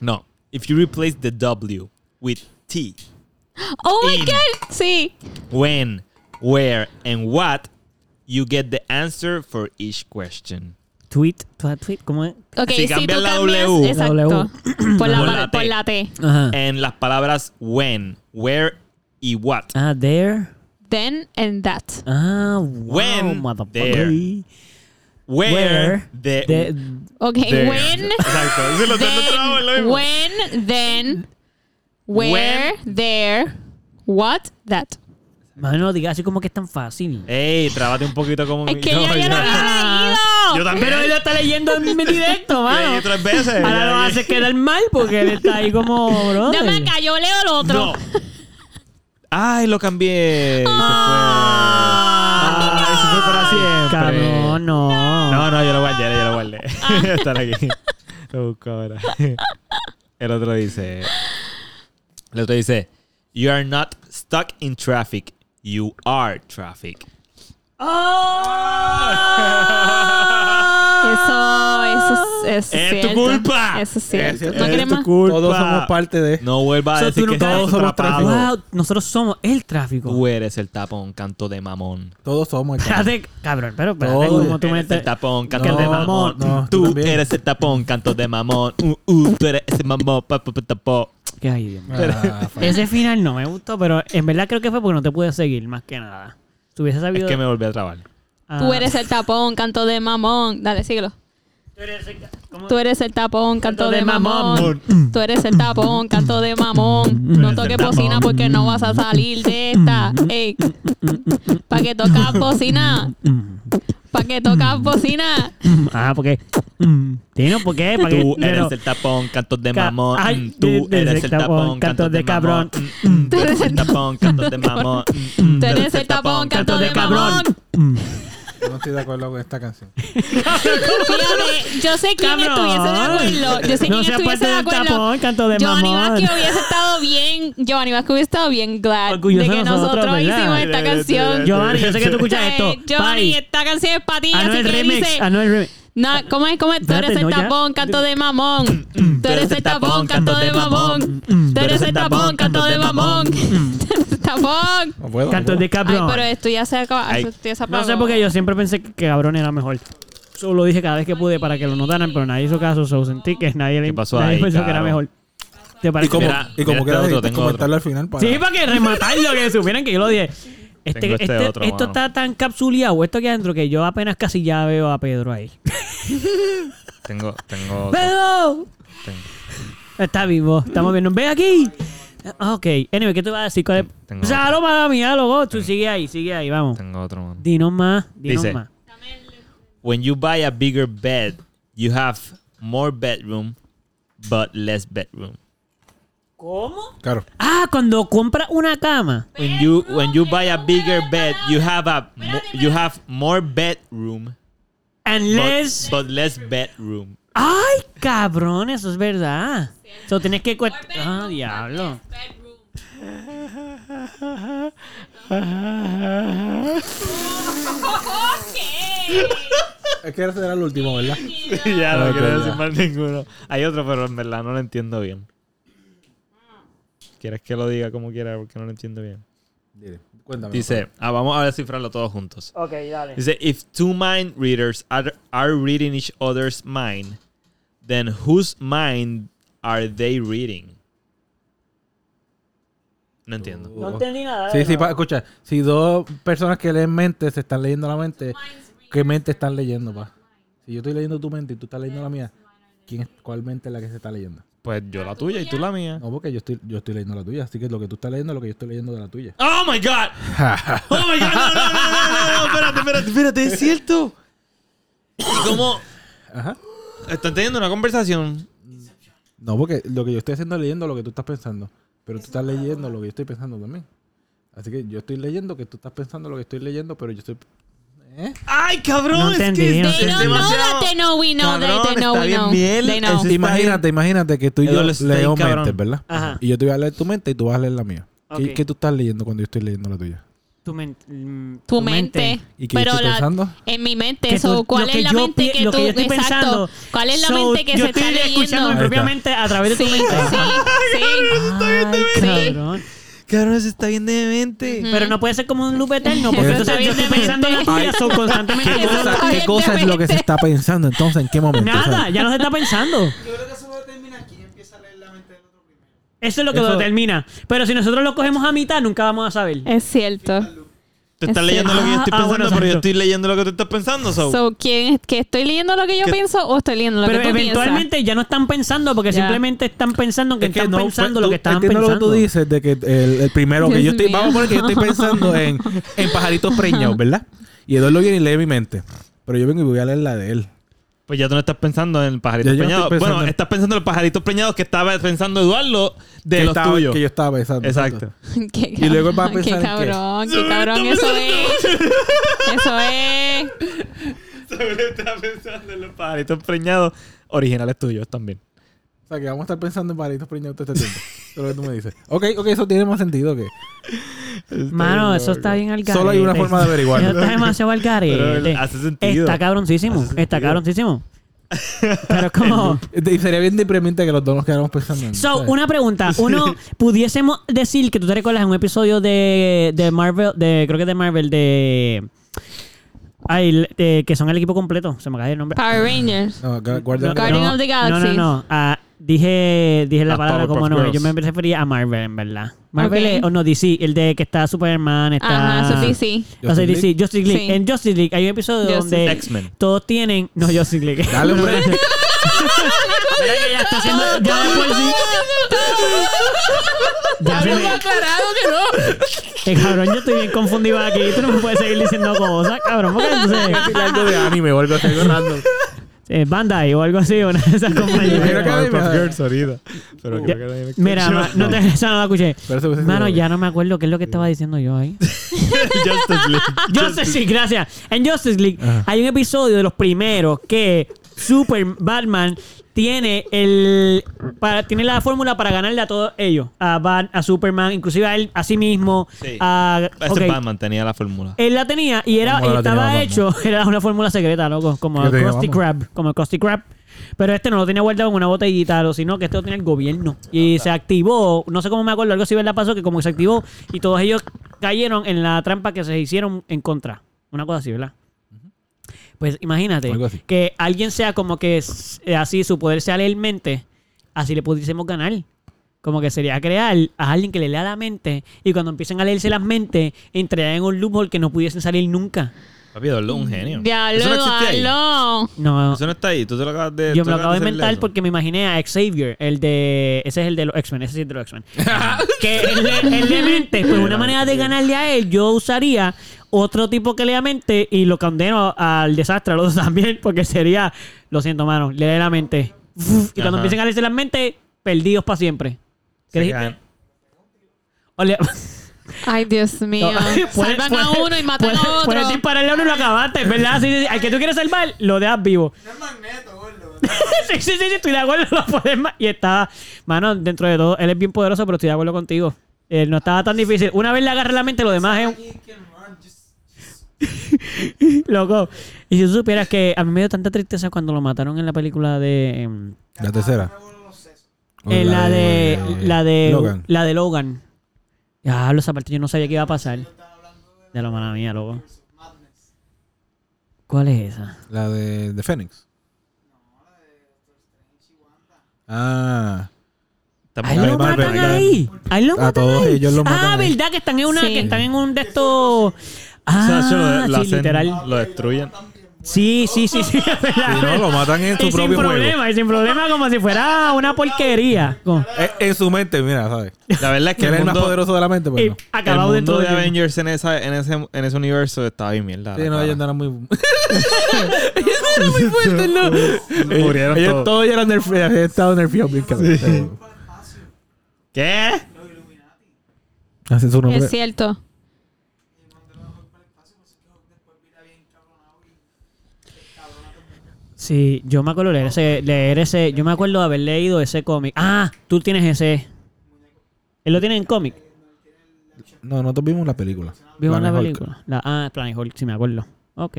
no, if you replace the W with T, Oh my In. god, sí. when, where, and what, you get the answer for each question. Tweet, tweet, tweet, ¿cómo es? Ok, Si si, cambias tú la cambias, W. exacto. La W. Por, la, Por pa- la T. por la T. Ajá. En las palabras when, where y what. Ah, there. Then and that. Ah, wow, When, motherfucker. there. Where, Where, the, The- Ok, there. when, Exacto. Se lo tengo trabado, es lo then, mismo. when, then, where, there, what, that. Mano, diga así como que es tan fácil. Ey, trabate un poquito como Es mi- que ya yo lo Ah. había leído. Yo también. Pero él lo está leyendo en mi directo, Leí mano. tres veces. Ahora lo hace quedar mal porque él está ahí como, bro. Dame acá, yo leo el otro. No. Ay, lo cambié. Y se fue. Ay, se fue para siempre. Ah. Cabrón, no. No, no, yo lo guardé, yo lo guardé. Están aquí. Lo busco ahora. El otro dice. El otro dice. You are not stuck in traffic. You are traffic. Ah. Eso, eso es, eso ¡Es tu cierto. culpa! Eso es cierto. Es ¿No tu quieres más? culpa. Todos somos parte de. No vuelvas a So, decir tú que nunca- estás Todos somos atrapado. Wow, nosotros somos el tráfico. Tú eres el tapón, canto de mamón. Todos somos. el- Espérate, cabrón, pero espérate, Todo. como tú me Eres el tapón, canto No, de mamón. no, tú tú también. eres el tapón, canto de mamón. Uh, uh, tú eres ese mamón, pa, pa, pa, tapón. Qué ay, Dios mío. Ah, fa- Ese final no me gustó, pero en verdad creo que fue porque no te pude seguir, más que nada. Si hubiese Es sabido. que me volví a trabar. Ah, Tú eres el tapón, canto de mamón. Dale, síguelo. tú eres el- ¿Cómo? Tú eres el tapón, canto de de mamón. mamón. Tú eres el tapón, canto de mamón. No toques bocina porque no vas a salir de esta. Ey. Pa' que tocas bocina. Pa' que tocas bocina. Ah, porque. Tino, ¿por qué? ¿Para Tú qué? eres Pero- el tapón, cantos de Ca- mamón. Ay, Mm, de- Tú de- eres el tapón, cantos de cabrón. Mm, mm, Tú eres el tapón, cantos de mamón. Mm, mm, Tú eres el tapón, canto de mamón. Yo no estoy de acuerdo con esta canción. Fíjate, yo sé quién Cabrón. estuviese de acuerdo. Yo sé No quién seas estuviese parte de del acuerdo. tapón, canto de Giovanni mamón. Vázquez hubiese estado bien. Giovanni Vázquez hubiese estado bien glad Orgulloso de que de nosotros, nosotros, ¿verdad? hicimos esta canción. Giovanni, yo sé que tú escuchas Eh, esto. Giovanni, Bye. esta canción es para ti, así Anuel que Remix. dice. Anuel Remix. Na- ¿Cómo es? ¿Cómo es? Tú Espérate, eres el ¿no? Ya. Mm, tapón, canto de mamón. Tú eres el tapón, canto de mamón. Mm, Tú eres el tapón, canto de mamón. Tú eres el tapón. No puedo. Canto de Ay, Mm. cabrón. pero esto ya se acaba. Ay. esto ya se No sé apagó. por qué yo siempre pensé que cabrón era mejor. Solo lo dije cada vez que pude para que lo notaran, pero nadie hizo caso. So sentí que nadie le ¿Qué pasó nadie ahí, pensó que era cabrón? mejor. ¿Te Y parece? como, Mira, y como quieras mira, tengo otro, editar, tengo otro. comentarlo al final para... Sí, para que rematarlo, que supieran que yo lo dije. Este, Tengo este este- otro, esto mano. está tan capsuleado, esto aquí adentro, que yo apenas casi ya veo a Pedro ahí. Tengo, tengo. otro. ¡Pedro! Tengo. Está vivo, estamos viendo. ¡Ve aquí! Ah, Ok, anyway, ¿qué te vas a decir? ¿Cuál es? Tengo- ¡Salo, mala mía, loco! Tú sigue ahí, sigue ahí, vamos. Tengo otro, mano. Dinos más, dinos Dice, más. When you buy a bigger bed, you have more bedroom, but less bedroom. ¿Cómo? Claro. Ah, cuando compras una cama. When you when you buy a bigger bed, you have a mo- you have more bedroom, And less. but, but less bedroom. ¡Ay, cabrón! Eso es verdad. Eso tienes que. cuest- ¡Ah, diablo! Es que ese era el último, ¿verdad? ya no quiero decir más ninguno. Hay otro, pero en verdad no lo entiendo bien. ¿Quieres que lo diga como quiera? Porque no lo entiendo bien. Dile, cuéntame. Dice, ah, vamos a descifrarlo todos juntos. Ok, dale. Dice, if two mind readers are, are reading each other's mind, then whose mind are they reading? No entiendo. No entendí nada. Oh. Sí, sí, pa- escucha. Si dos personas que leen mente se están leyendo la mente, ¿qué mente están leyendo, pa? Si yo estoy leyendo tu mente y tú estás leyendo la mía, ¿quién es, ¿cuál mente es la que se está leyendo? Pues yo la tuya y tú la mía. No, porque yo estoy, yo estoy leyendo la tuya, así que lo que tú estás leyendo es lo que yo estoy leyendo de la tuya. Oh my god. Oh my god. No, no, no, no, no, no. Espérate, espérate, espérate, es cierto. ¿Y cómo Ajá. están teniendo una conversación? No, porque lo que yo estoy haciendo es leyendo lo que tú estás pensando, pero tú estás leyendo lo que yo estoy pensando también. Así que yo estoy leyendo que tú estás pensando lo que estoy leyendo, pero yo estoy... ¿Eh? Ay, cabrón, No entendí, no es They entendí. Es que don't know that they know we know Cabrón, that they know está we bien know. miel, They know. ese- Sí, imagínate, imagínate que tú y yo Eduardo Stein, leemos cabrón. mentes, ¿verdad? Ajá. Y yo te voy a leer tu mente y tú vas a leer la mía. ¿Qué- Ok. ¿Qué, tú estás leyendo cuando yo estoy leyendo la tuya? Tu, men- mm, Tu mente. ¿Y qué yo Pero estoy la- pensando? en mi Que mente, tú- so, ¿cuál lo que es la yo mente pi- que lo que tú yo estoy exacto, pensando? ¿Cuál es la So, mente que yo se está estoy leyendo? escuchando mi Ahí propia está. mente a través de Sí, tu sí, mente. sí. Ay, cabrón. Cabrón, eso está bien demente. Pero no puede ser como un loop eterno, porque Eso entonces está yo estoy bien pensando en la tuya so, constantemente. ¿Qué yo no- cosa? Ay, ¿Qué cosa es lo que se está pensando entonces? ¿En qué momento? Nada, ¿Sabes? ya no se está pensando. Yo creo que eso lo determina quién empieza a leer la mente del otro primero. Eso es lo que Eso- lo determina. Pero si nosotros lo cogemos a mitad, nunca vamos a saber. Es cierto. Tú estás Es leyendo lo que yo estoy Ah, ah, pensando, bueno, pero yo exacto. estoy leyendo lo que tú estás pensando. So. So, ¿quién es- que estoy leyendo lo que yo Que- pienso o estoy leyendo lo Pero que tú piensas? eventualmente ya no están pensando porque Ya. simplemente están pensando que Es que están no, pensando pues, lo tú- que estaban entiendo pensando. lo que tú dices de que el, el primero que Dios yo estoy... mío. Vamos a poner que yo estoy pensando en, en pajaritos preñados, ¿verdad? Y Eduardo viene y lee mi mente. Pero yo vengo y voy a leer la de él. Pues ya tú no estás pensando en el pajarito Ya yo no preñado. estoy pensando Bueno, en- estás pensando en el pajarito preñado que estaba pensando Eduardo de Que los estaba- tuyos. Que yo estaba pensando. Exacto. Qué Y luego cabrón, va a pensar Qué en qué. cabrón, qué cabrón, eso es. Eso es. estás pensando en los pajaritos preñados originales tuyos también. O sea, que vamos a estar pensando en pajaritos preñados todo este tiempo. Eso es lo que tú me dices. Ok, ok, eso tiene más sentido que... Mano, eso está bien al garete. Solo hay una forma de averiguarlo. Eso está demasiado al garete. Pero hace sentido. Está cabroncísimo. Está cabroncísimo. Pero es como... Y sería bien deprimente que los dos nos quedáramos pensando en So, ¿sabes? una pregunta. Uno, pudiésemos decir que tú te recuerdas en un episodio de, de Marvel, de, creo que de Marvel, de... Ay, el- de- que son el equipo completo. Se me cae el nombre. Power Rangers. No, gu- guarda- Guardian No, Ah, of the No, Galaxy. no, no. Ah, dije, dije la Las palabra como Powerpuff no. Yo Girls. me refería a Marvel, en verdad. Marvel Ok. es- o no, DC, el de que está Superman, está. Ajá, eso sí, sí. No sé, Justice DC, Justice League. Sí. En Justice League hay un episodio Justice donde X-Men. todos tienen. No, Justice League. Dale, hombre. Mira que ya está haciendo. Ya de Pues por sí. Ya se me- aclarado que no. eh, cabrón, yo estoy bien confundido aquí. Tú no me puedes seguir diciendo cosas, cabrón. Porque entonces. Decirle algo de anime o algo así, algo random. Eh, Bandai o algo así, una de esas Pero compañías. que- Powerpuff Girls ahorita. Pero Ya- creo que nadie me Mira, ma- no te esa no la escuché. Pero eso- eso- Mano, ya no me acuerdo qué es lo que estaba diciendo yo ahí. Justice League. Justice League, gracias. En Justice League hay un episodio de los primeros que Super Batman tiene el para, tiene la fórmula para ganarle a todos ellos, a, Bat- a Superman, inclusive a él a sí mismo, Sí. a Ese ok. Batman tenía la fórmula. Él la tenía y era Fórmula la tenía estaba Batman. hecho, era una fórmula secreta, loco, como Que el tenía Krusty Batman. Krab, como el Krusty Krab. Pero este no lo tenía guardado en una botellita, lo- sino que este lo tenía el gobierno. Y se activó, no sé cómo me acuerdo, algo así ¿verdad? pasó que como se activó y todos ellos cayeron en la trampa que se hicieron en contra. Una cosa así, ¿verdad? Pues imagínate Algo así. que alguien sea como que s- eh, así, su poder sea leer mente, así le pudiésemos ganar. Como que sería crear a alguien que le lea la mente y cuando empiecen a leerse las mentes, entrarían en un loophole que no pudiesen salir nunca. Papi, Eduardo es un genio. Diablo, Eso no existe ahí. Eduardo. No, Eso no está ahí. Tú te lo acabas de. yo tú me lo acabas acabo de hacerle inventar eso. porque me imaginé a Xavier, el de. Ese es el de los X-Men, ese sí es de los X-Men. que el de, el de mente, pues una manera de ganarle a él, yo usaría otro tipo que lea mente y lo condeno al desastre a los dos también, porque sería. Lo siento, mano, lee la mente. Uf, Y cuando Ajá. empiecen a leerse la mente, perdidos para siempre. Se ¿Qué dijiste? cagan. O le- Ay, Dios mío. Puedes- Salvan a puedes- uno y matan puedes- a otro. Puedes dispararle a uno y lo acabaste, ¿verdad? Sí, sí, sí. Al que tú quieres salvar, lo dejas vivo. Es magneto, boludo. sí, sí, sí, sí, estoy de acuerdo. Lo puedes ma- y estaba, mano, dentro de todo, él es bien poderoso, pero estoy de acuerdo contigo. Él no estaba tan difícil. Una vez le agarré la mente, lo demás es un loco. Y si tú supieras que a mí me dio tanta tristeza cuando lo mataron en la película de. em, La tercera. O en Eh, la de. La de. Oh, Logan. La de Logan. Ya, esa parte yo no sabía que iba a pasar. De la mala mía, loco. ¿Cuál es esa? La de, de Fénix. Ah. Ahí Ay, Tampoco lo hay Marvel, matan Marvel. ahí. Ahí lo A matan todos ahí. ellos los Ah, matan ahí. ¿verdad? Que están en una, Sí. que están en un de estos. O sea, Ah, eso eh, lo- lo sí, hacen- literal. Lo destruyen. Sí, sí, sí, sí, es Si no, verdad. lo matan en su Y sin propio problema, juego. y sin problema, como si fuera una porquería. Como- Eh, En, su mente, mira, ¿sabes? La verdad es Que que él es el el más mundo, poderoso de la mente, y pues no. el acabado mundo dentro de de Avengers en, esa, en, ese, en ese universo estaba bien mierda. Sí, la no, cara. ellos no eran muy... muy fuertes, ¿no? Murieron ellos todos. todos eran nerf- habían estado nerfeados bien cabrón. ¿Qué? Hacen su nombre. Es cierto. Sí, yo me acuerdo leer ese, leer ese, yo me acuerdo haber leído ese cómic. Ah, tú tienes ese. Él lo tiene en cómic. No, nosotros vimos la película. Vimos la Planet Hulk. película. La, ah, Planet Hulk, sí me acuerdo. Ok,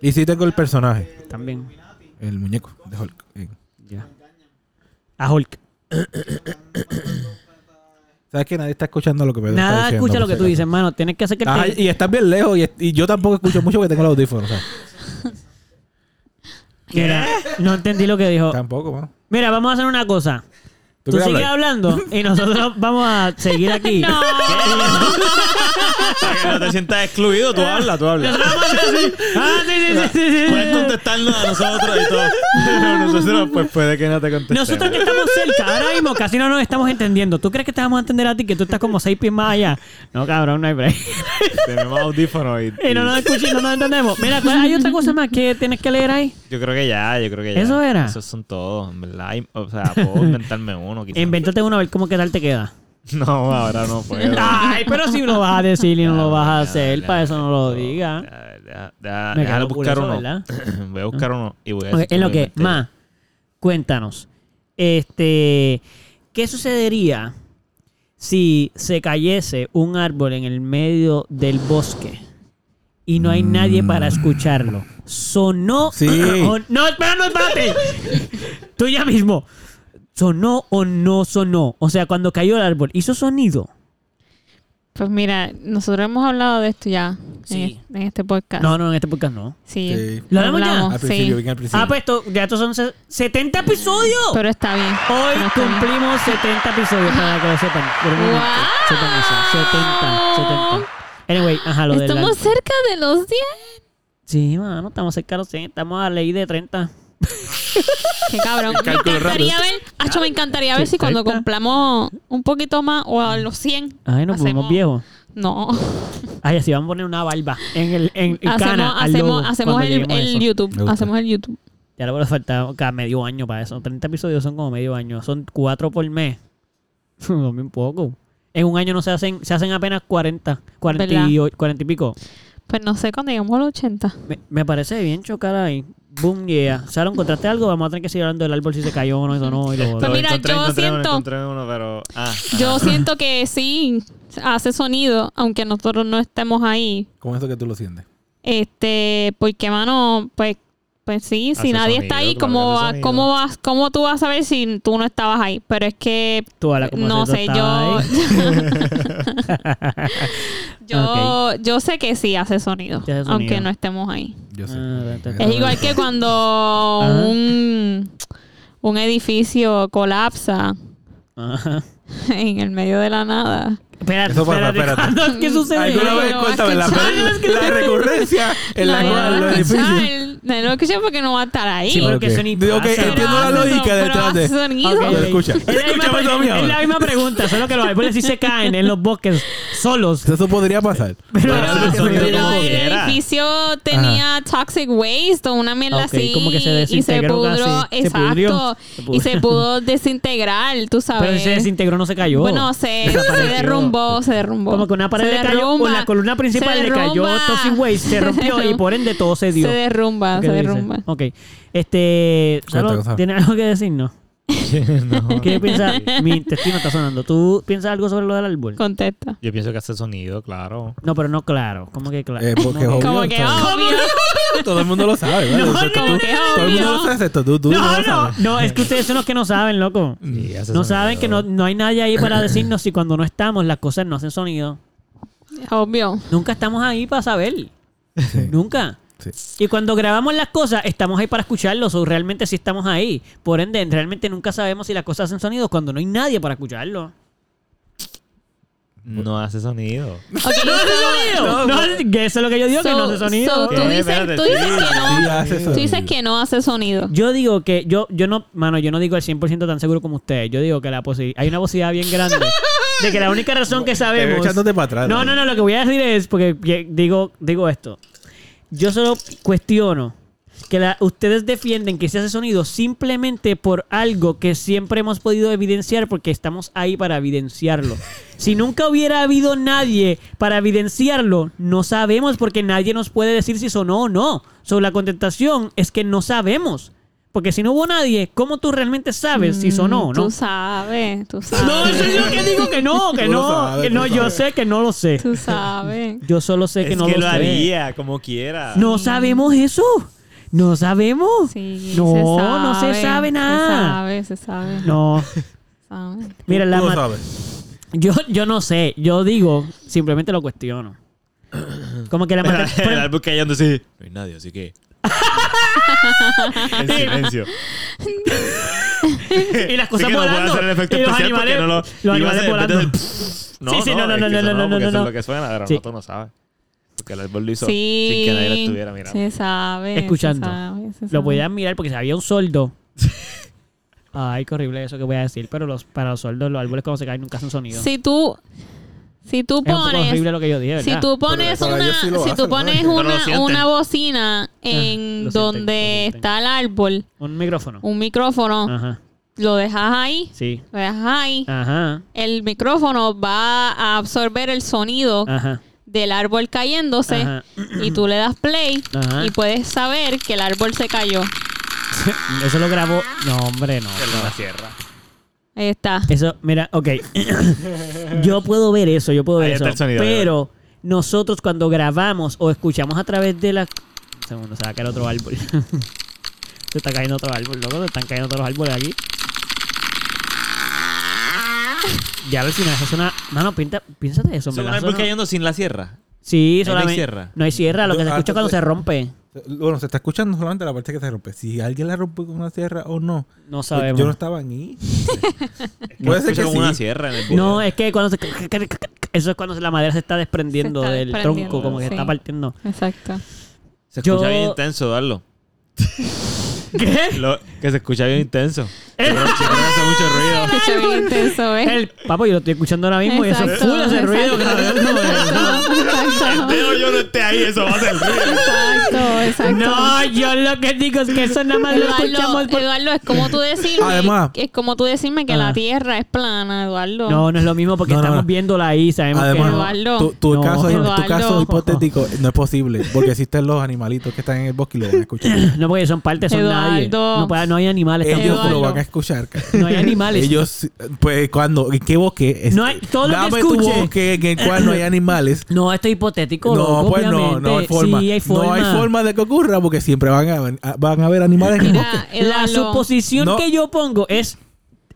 Y sí tengo el personaje, también. el muñeco de Hulk. Eh, Ya. A Hulk. ¿Sabes que nadie está escuchando lo que Pedro Nada está diciendo? escucha lo por que si tú acaso. dices, mano. Tienes que hacer que Ajá, te... y estás bien lejos y, y yo tampoco escucho mucho porque tengo los audífonos. ¿sabes? Mira, no entendí lo que dijo. Tampoco, mano. Mira, vamos a hacer una cosa. ¿Tú Tú quieres sigues hablar? hablando y nosotros vamos a seguir aquí. No. Para que no te sientas excluido, tú habla, tú habla. Ah, sí, sí, sí, sí, sí, Puedes sí. contestarnos a nosotros y todo. Pero nosotros, pues puede que no te contestemos. Nosotros que estamos cerca, ahora mismo casi no nos estamos entendiendo. ¿Tú crees que te vamos a entender a ti que tú estás como seis pies más allá? No, cabrón, no hay break. tenemos audífonos y, Y no nos escuchas y no nos entendemos. Mira, ¿cuál- hay otra cosa más que tienes que leer ahí. Yo creo que ya, yo creo que ya. ¿Eso era? Esos son todos, en verdad. Y- O sea, puedo inventarme uno. Quizás. Invéntate uno a ver cómo qué tal te queda. No, ahora no puedo. Ay, pero si lo vas a decir y Ah, no lo vas a hacer, para eso no lo digas. diga. Me quedó Déjalo buscar curioso, uno. ¿verdad? Voy a buscar uno y voy a Ok, decir en lo que, inventé. más, cuéntanos. Este, ¿qué sucedería si se cayese un árbol en el medio del bosque y no hay nadie para escucharlo? Sonó Mm. Sí. o- no, espera, no, espérate. Tú ya mismo. ¿Sonó o no sonó? O sea, cuando cayó el árbol, ¿hizo sonido? Pues mira, nosotros hemos hablado de esto ya Sí. en, en este Ah. podcast. No, no, en este podcast no. Sí. Sí. ¿Lo hablamos ya? Al principio, sí. bien al principio. Ah, pues esto, ya estos son se- 70 episodios. Pero está bien. Hoy Pero está bien. cumplimos 70 episodios para que lo sepan. Por un momento, ¡Wow! sepan eso. 70, 70. Anyway, ajá, lo de Estamos cerca de los 10. Sí, mano, estamos cerca de los 100. Estamos a la ley de 30. Qué cabrón. Me cálculo encantaría ver, Acho, me encantaría ver si cuando Treinta. cumplamos un poquito más o a los 100. Ay, nos hacemos- ponemos viejos. No. Ay, así van a poner una barba en el en, en hacemos cana al lobo hacemos, hacemos cuando el, lleguemos a el eso. Me YouTube. gusta. Hacemos el YouTube. Ya luego nos falta cada medio año para eso. 30 episodios son como medio año. Son cuatro por mes. Son bien poco. En un año no se hacen, se hacen apenas 40, 48, 40 y pico. Pues no sé, cuando lleguemos a los 80. Me, me parece bien chocar ahí. Boom, yeah. Sharon, ¿contraste algo? Vamos a tener que seguir hablando del árbol si se cayó o no, eso no, y lo Pues otro. Lo mira, encontré, yo encontré uno, siento- encontré uno, pero... Ah, Yo siento que sí hace sonido, aunque nosotros no estemos ahí. Con eso que tú lo sientes. Este, porque mano, pues, pues sí, si Hace nadie está sonido, ahí, claro que ¿cómo, hace va- sonido. cómo, vas, ¿cómo tú vas a ver si tú no estabas ahí? Pero es que Tú habla como no si eso sé, estaba yo, ahí. yo, yo sé que sí hace sonido, Sí hace sonido. aunque no estemos ahí. Yo sé. Ah, te- te- Es igual que cuando Ajá. un, un edificio colapsa Ajá. en el medio de la nada. Espérate, Eso fue- espérate. espérate. ¿cuándo- ¿Qué Alguna Ay, sucede? vez no, cuéntame la, la recurrencia en la Nadie lo cual va los a edificios. escuchar, nadie lo va a escuchar porque no va a estar ahí. Sí, pero Ok. que eso ni Digo, ok, pasa. entiendo la Pero hace lógica son- detrás pero de. hace sonido. Ok, Ok. Escucha, Es la, misma, escúchame tú a mí es la ahora. misma pregunta, solo que los árboles sí se caen en los bosques solos. Eso podría pasar. Pero, eh, Pero- el sonido Pero como el quiera. edificio tenía toxic waste o una mierda Ah, ok, así. como que se y se desintegró pudrió, casi. Se exacto. pudrió. Se Y pudrió. se pudo desintegrar, tú sabes. Pero si se desintegró, no se cayó. Bueno, se, se Desapareció. derrumbó, se derrumbó. Como que una pared Se le cayó, derrumba, o la columna principal se le cayó derrumba. toxic waste, se rompió y por ende todo se dio. Se derrumba, ¿Qué Ah, se dice? Oh. derrumba. Ok. Este. Cuenta, Salo, Gonzalo. ¿Tiene algo que decirnos? no. ¿Qué piensas? Mi intestino está sonando. ¿Tú piensas algo sobre lo del árbol? Contesta. Yo pienso que hace sonido, claro. No, pero no claro. ¿Cómo que claro? Eh, porque No, obvio, Como que todo- obvio. todo el mundo lo sabe, ¿vale? No, Excepto no, tú. que Todo el mundo obvio. lo sabe, excepto tú. Tú no, no, lo no, sabes. no, es que ustedes son los que no saben, loco. Sí, hace No sonido. saben que no, no hay nadie ahí para decirnos si cuando no estamos las cosas no hacen sonido. Obvio. Nunca estamos ahí para saber. Nunca. Sí. Y cuando grabamos las cosas, estamos ahí para escucharlos o realmente sí estamos ahí. Por ende, realmente nunca sabemos si las cosas hacen sonido cuando no hay nadie para escucharlo. No hace sonido. Ok, so- No, que eso es lo que yo digo, que no hace so- sonido. so tú ¿Qué? dices, tú Espérate, dices que Sí, no. hace Tú dices sonido. que no hace sonido. Yo digo que, yo, yo no, mano, yo no digo al 100% tan seguro como ustedes. Yo digo que la posi- hay una posibilidad bien grande de que la única razón que Te veo sabemos... echándote para atrás. No, no, no, lo que voy a decir es, porque que- digo, digo esto. Yo solo cuestiono que la- ustedes defienden que se hace sonido simplemente por algo que siempre hemos podido evidenciar porque estamos ahí para evidenciarlo. Si nunca hubiera habido nadie para evidenciarlo, no sabemos porque nadie nos puede decir si sonó o no. Sobre la contestación es que no sabemos. Porque si no hubo nadie, ¿cómo tú realmente sabes si pues, sonó o no? Mm, Tú sabes, tú sabes. No, eso es lo que digo que no, que Tú lo no, sabes, que tú no, yo sabes. sé que no lo sé. Tú sabes. Yo solo sé que es no que lo, lo sé. haría, como quiera. No sabemos eso. No sabemos. Sí, no, se no se sabe nada. Se sabe, se sabe. No. sabe. Mira, Tú la lo ma- sabes. yo, yo no sé. Yo digo, simplemente lo cuestiono. Como que la El, mate- el árbol cayendo así. No hay nadie, así que. en silencio. Y las cosas Así que no volando. puedo hacer el efecto y los especial porque animales, no lo. los iba a animales hacer el efecto volando. del- Sí, sí, no, no, es no, que no, sonó, no, no, porque no, Eso no. es lo que suena, pero Sí. no, tú no sabes. Porque el árbol lo hizo Sí. sin que nadie lo estuviera mirando. Se sabe. Escuchando. Se sabe, se Lo sabe. podían mirar porque si había un soldo. Ay, qué horrible eso que voy a decir. Pero los, para los soldos, los árboles cuando se caen nunca hacen sonido. Si tú. Si tú es un poco pones. horrible lo que yo dije, ¿verdad? Si tú pones para una, ellos sí lo si tú hacen, pones ¿no? Pero lo una, sienten. una bocina en Ah, lo sienten, donde lo sienten. Ah. está el árbol, Un micrófono. un micrófono, Ajá. lo dejas ahí, Sí. lo dejas ahí, Ah. Ajá. el micrófono va a absorber el sonido Ajá. del árbol cayéndose Ah. Ajá. y tú le das play Ajá. y puedes saber que el árbol se cayó. Eso lo grabó. No, hombre, no. Él no la cierra. Ahí está. Eso, mira, ok. yo puedo ver eso, yo puedo ver Ahí eso. está el sonido, pero nosotros cuando grabamos o escuchamos a través de la. Un segundo, se va a caer otro árbol. se está cayendo otro árbol, loco. Se están cayendo otros árboles aquí. Ya al final, eso suena. Mano, pinta, piénsate eso, Es un ¿verdad? árbol Eso no- cayendo sin la sierra. Sí, Ahí no hay solamente. sierra. No hay sierra, lo que se Ah, escucha cuando entonces- se rompe. Bueno, se está escuchando solamente la parte que se rompe. Si alguien la rompe con una sierra o no, No pues sabemos. yo no estaba ahí. No Puede ser escucho que como sí. una sierra en el video. No, es que cuando se... Eso es cuando la madera se está desprendiendo Se está del desprendiendo, tronco, como que se sí. está partiendo. Exacto. Se escucha yo- bien intenso, darlo. ¿Qué? Lo- que se escucha bien intenso. El- Chico, chico, hace mucho ruido. Escucha bien intenso, ¿eh? El, papo, yo lo estoy escuchando ahora mismo y eso es Exacto, full ese ruido, exacto. cabrón. como que- Exacto, Teo, yo no esté ahí, eso va a ser ruido. exacto, exacto. No, yo lo que digo es que eso nada más lo escuchamos Eduardo, por... Eduardo, es como tú decirme, Además- es como tú decirme que Ah. la Tierra es plana, Eduardo. No, no es lo mismo porque No, no, estamos no. Ah, viéndola ahí, sabemos Además, que no. Eduardo. tu, tu No. caso, tu Eduardo. caso hipotético no es posible porque existen los animalitos que están en el bosque y lo van a escuchar. No, porque son partes, son nadie. Eduardo. No, puede- no hay animales Ellos tampoco. Eduardo. lo van a escuchar. cabrón. No hay animales. Ellos, pues, cuando, ¿en qué bosque? Es- No hay- todo lo que Dame escuche. tu bosque en el cual no hay animales. No, esto es hipotético, No, loco, pues no, obviamente. no hay forma. Sí, hay forma. No hay forma de que ocurra porque siempre van a, van a haber animales en el bosque. Mira, La Eduardo, suposición No. que yo pongo es,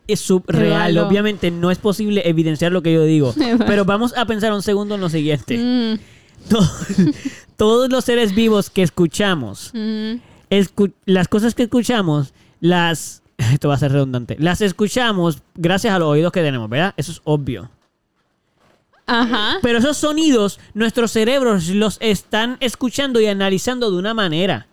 es subreal. Eduardo. Obviamente no es posible evidenciar lo que yo digo. Eduardo. Pero vamos a pensar un segundo en lo siguiente. mm, To- Todos los seres vivos que escuchamos, mm, escu- las cosas que escuchamos, las... Esto va a ser redundante. Las escuchamos gracias a los oídos que tenemos, ¿verdad? Eso es obvio. ajá. Pero esos sonidos, nuestros cerebros los están escuchando y analizando de una manera.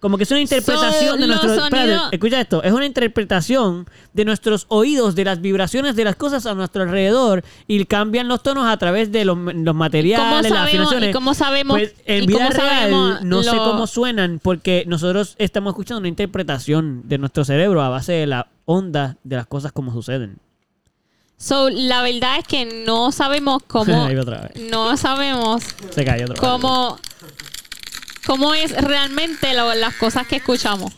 Como que es una interpretación de los nuestros. espérate, sonidos- escucha esto. Es una interpretación de nuestros oídos, de las vibraciones de las cosas a nuestro alrededor y cambian los tonos a través de los, los ¿Cómo materiales, las sabemos, afinaciones. ¿Y cómo sabemos? Pues en y vida cómo real sabemos no sé lo- cómo suenan porque nosotros estamos escuchando una interpretación de nuestro cerebro a base de la onda de las cosas como suceden. So, la verdad es que no sabemos cómo. Ahí va otra vez. no sabemos Se cae otra vez. cómo. Cómo es realmente lo- las cosas que escuchamos.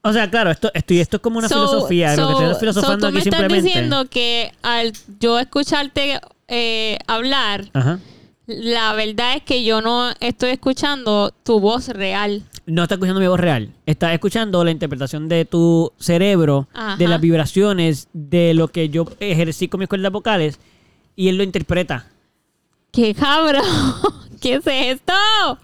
O sea, claro, esto, esto, y esto es como una So, filosofía, lo so- que estoy filosofando so, tú aquí me estás simplemente. diciendo que al yo escucharte eh, hablar, Ajá. la verdad es que yo no estoy escuchando tu voz real. No estás escuchando mi voz real. Estás escuchando la interpretación de tu cerebro, Ajá. de las vibraciones, de lo que yo ejercí con mis cuerdas vocales, y él lo interpreta. ¡Qué cabrón! ¿Qué es esto?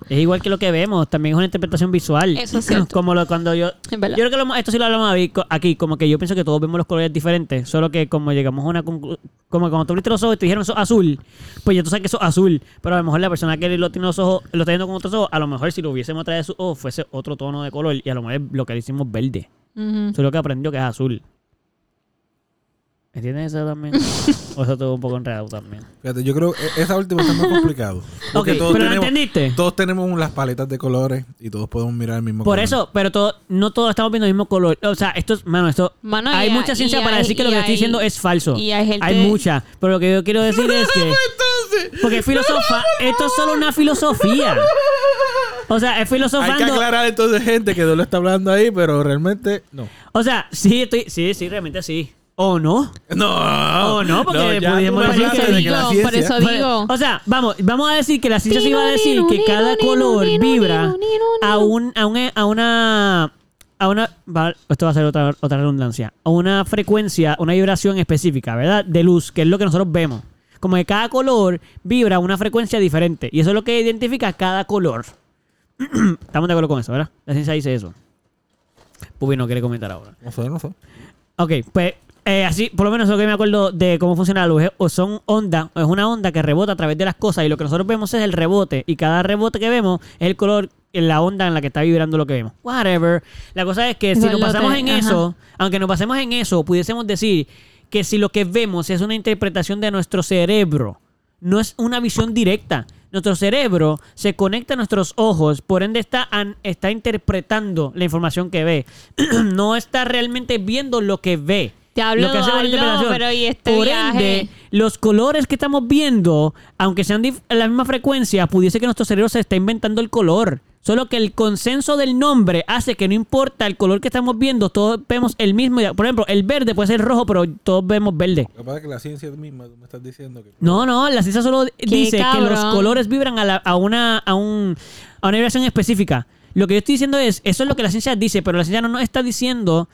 Es igual que lo que vemos, también es una interpretación visual. Eso es cierto. Como lo, cuando yo. Es Yo verdad. creo que lo- esto sí lo hablamos abi- co- aquí, como que yo pienso que todos vemos los colores diferentes, solo que como llegamos a una conclu- como cuando tú abriste los ojos y te dijeron eso es azul, pues ya tú sabes que eso es azul, pero a lo mejor la persona que lo tiene los ojos, lo está viendo con otros ojos, a lo mejor si lo hubiésemos traído de sus ojos fuese otro tono de color y a lo mejor lo que le hicimos verde. Ujú. Solo que aprendió que es azul. ¿Entiendes eso también? o eso estuvo un poco enredado también. Fíjate, yo creo que esa última está más complicado. Ok, Porque pero todos ¿lo tenemos, entendiste? Todos tenemos las paletas de colores y todos podemos mirar el mismo Por color. eso, pero todo, no todos estamos viendo el mismo color. O sea, esto es, mano, esto. Mano, y hay hay- mucha ciencia y para hay- decir que lo y que estoy hay- diciendo es falso. y hay gente- mucha. Pero lo que yo quiero decir es que. Porque filosofa. Esto es solo una filosofía. O sea, es Hay que filosofando. aclarar entonces gente que no lo está hablando ahí, pero realmente no. O sea, sí, estoy. Sí, sí, realmente sí. O no. No, Oh, no, porque ya podíamos tú me decir hablaste que de digo, la por ciencia- eso digo- Digo. O sea, vamos, vamos a decir que la ciencia se iba a decir que cada color vibra a un, a un- a una a una va- esto va a ser otra, otra redundancia, a una frecuencia, una vibración específica, ¿verdad? De luz, que es lo que nosotros vemos. Como que cada color vibra a una frecuencia diferente. Y eso es lo que identifica cada color. Estamos de acuerdo con eso, ¿verdad? La ciencia dice eso. Pupi no quiere comentar ahora. No sé, no sé. Ok, pues eh, así, por lo menos lo que me acuerdo de cómo funciona la luz, es- o son ondas, es una onda que rebota a través de las cosas y lo que nosotros vemos es el rebote y cada rebote que vemos es el color, en la onda en la que está vibrando lo que vemos. Whatever. La cosa es que si nos Igual lo pasamos te- en ajá. eso, aunque nos pasemos en eso, pudiésemos decir que si lo que vemos es una interpretación de nuestro cerebro, no es una visión directa. Nuestro cerebro se conecta a nuestros ojos, por ende está, an- está interpretando la información que ve. no está realmente viendo lo que ve. Te hablo, Lo que hace con la Eduardo, interpretación. pero ¿y este por viaje? ende, los colores que estamos viendo, aunque sean dif- a la misma frecuencia, pudiese que nuestro cerebro se está inventando el color. Solo que el consenso del nombre hace que no importa el color que estamos viendo, todos vemos el mismo. Por ejemplo, el verde puede ser rojo, pero todos vemos verde. Lo que pasa es que la ciencia misma, tú me estás diciendo que... No, no, la ciencia solo dice que los cabrón. colores vibran a, la- a una, a, un, a una vibración específica. Lo que yo estoy diciendo es, eso es lo que la ciencia dice, pero la ciencia no nos está diciendo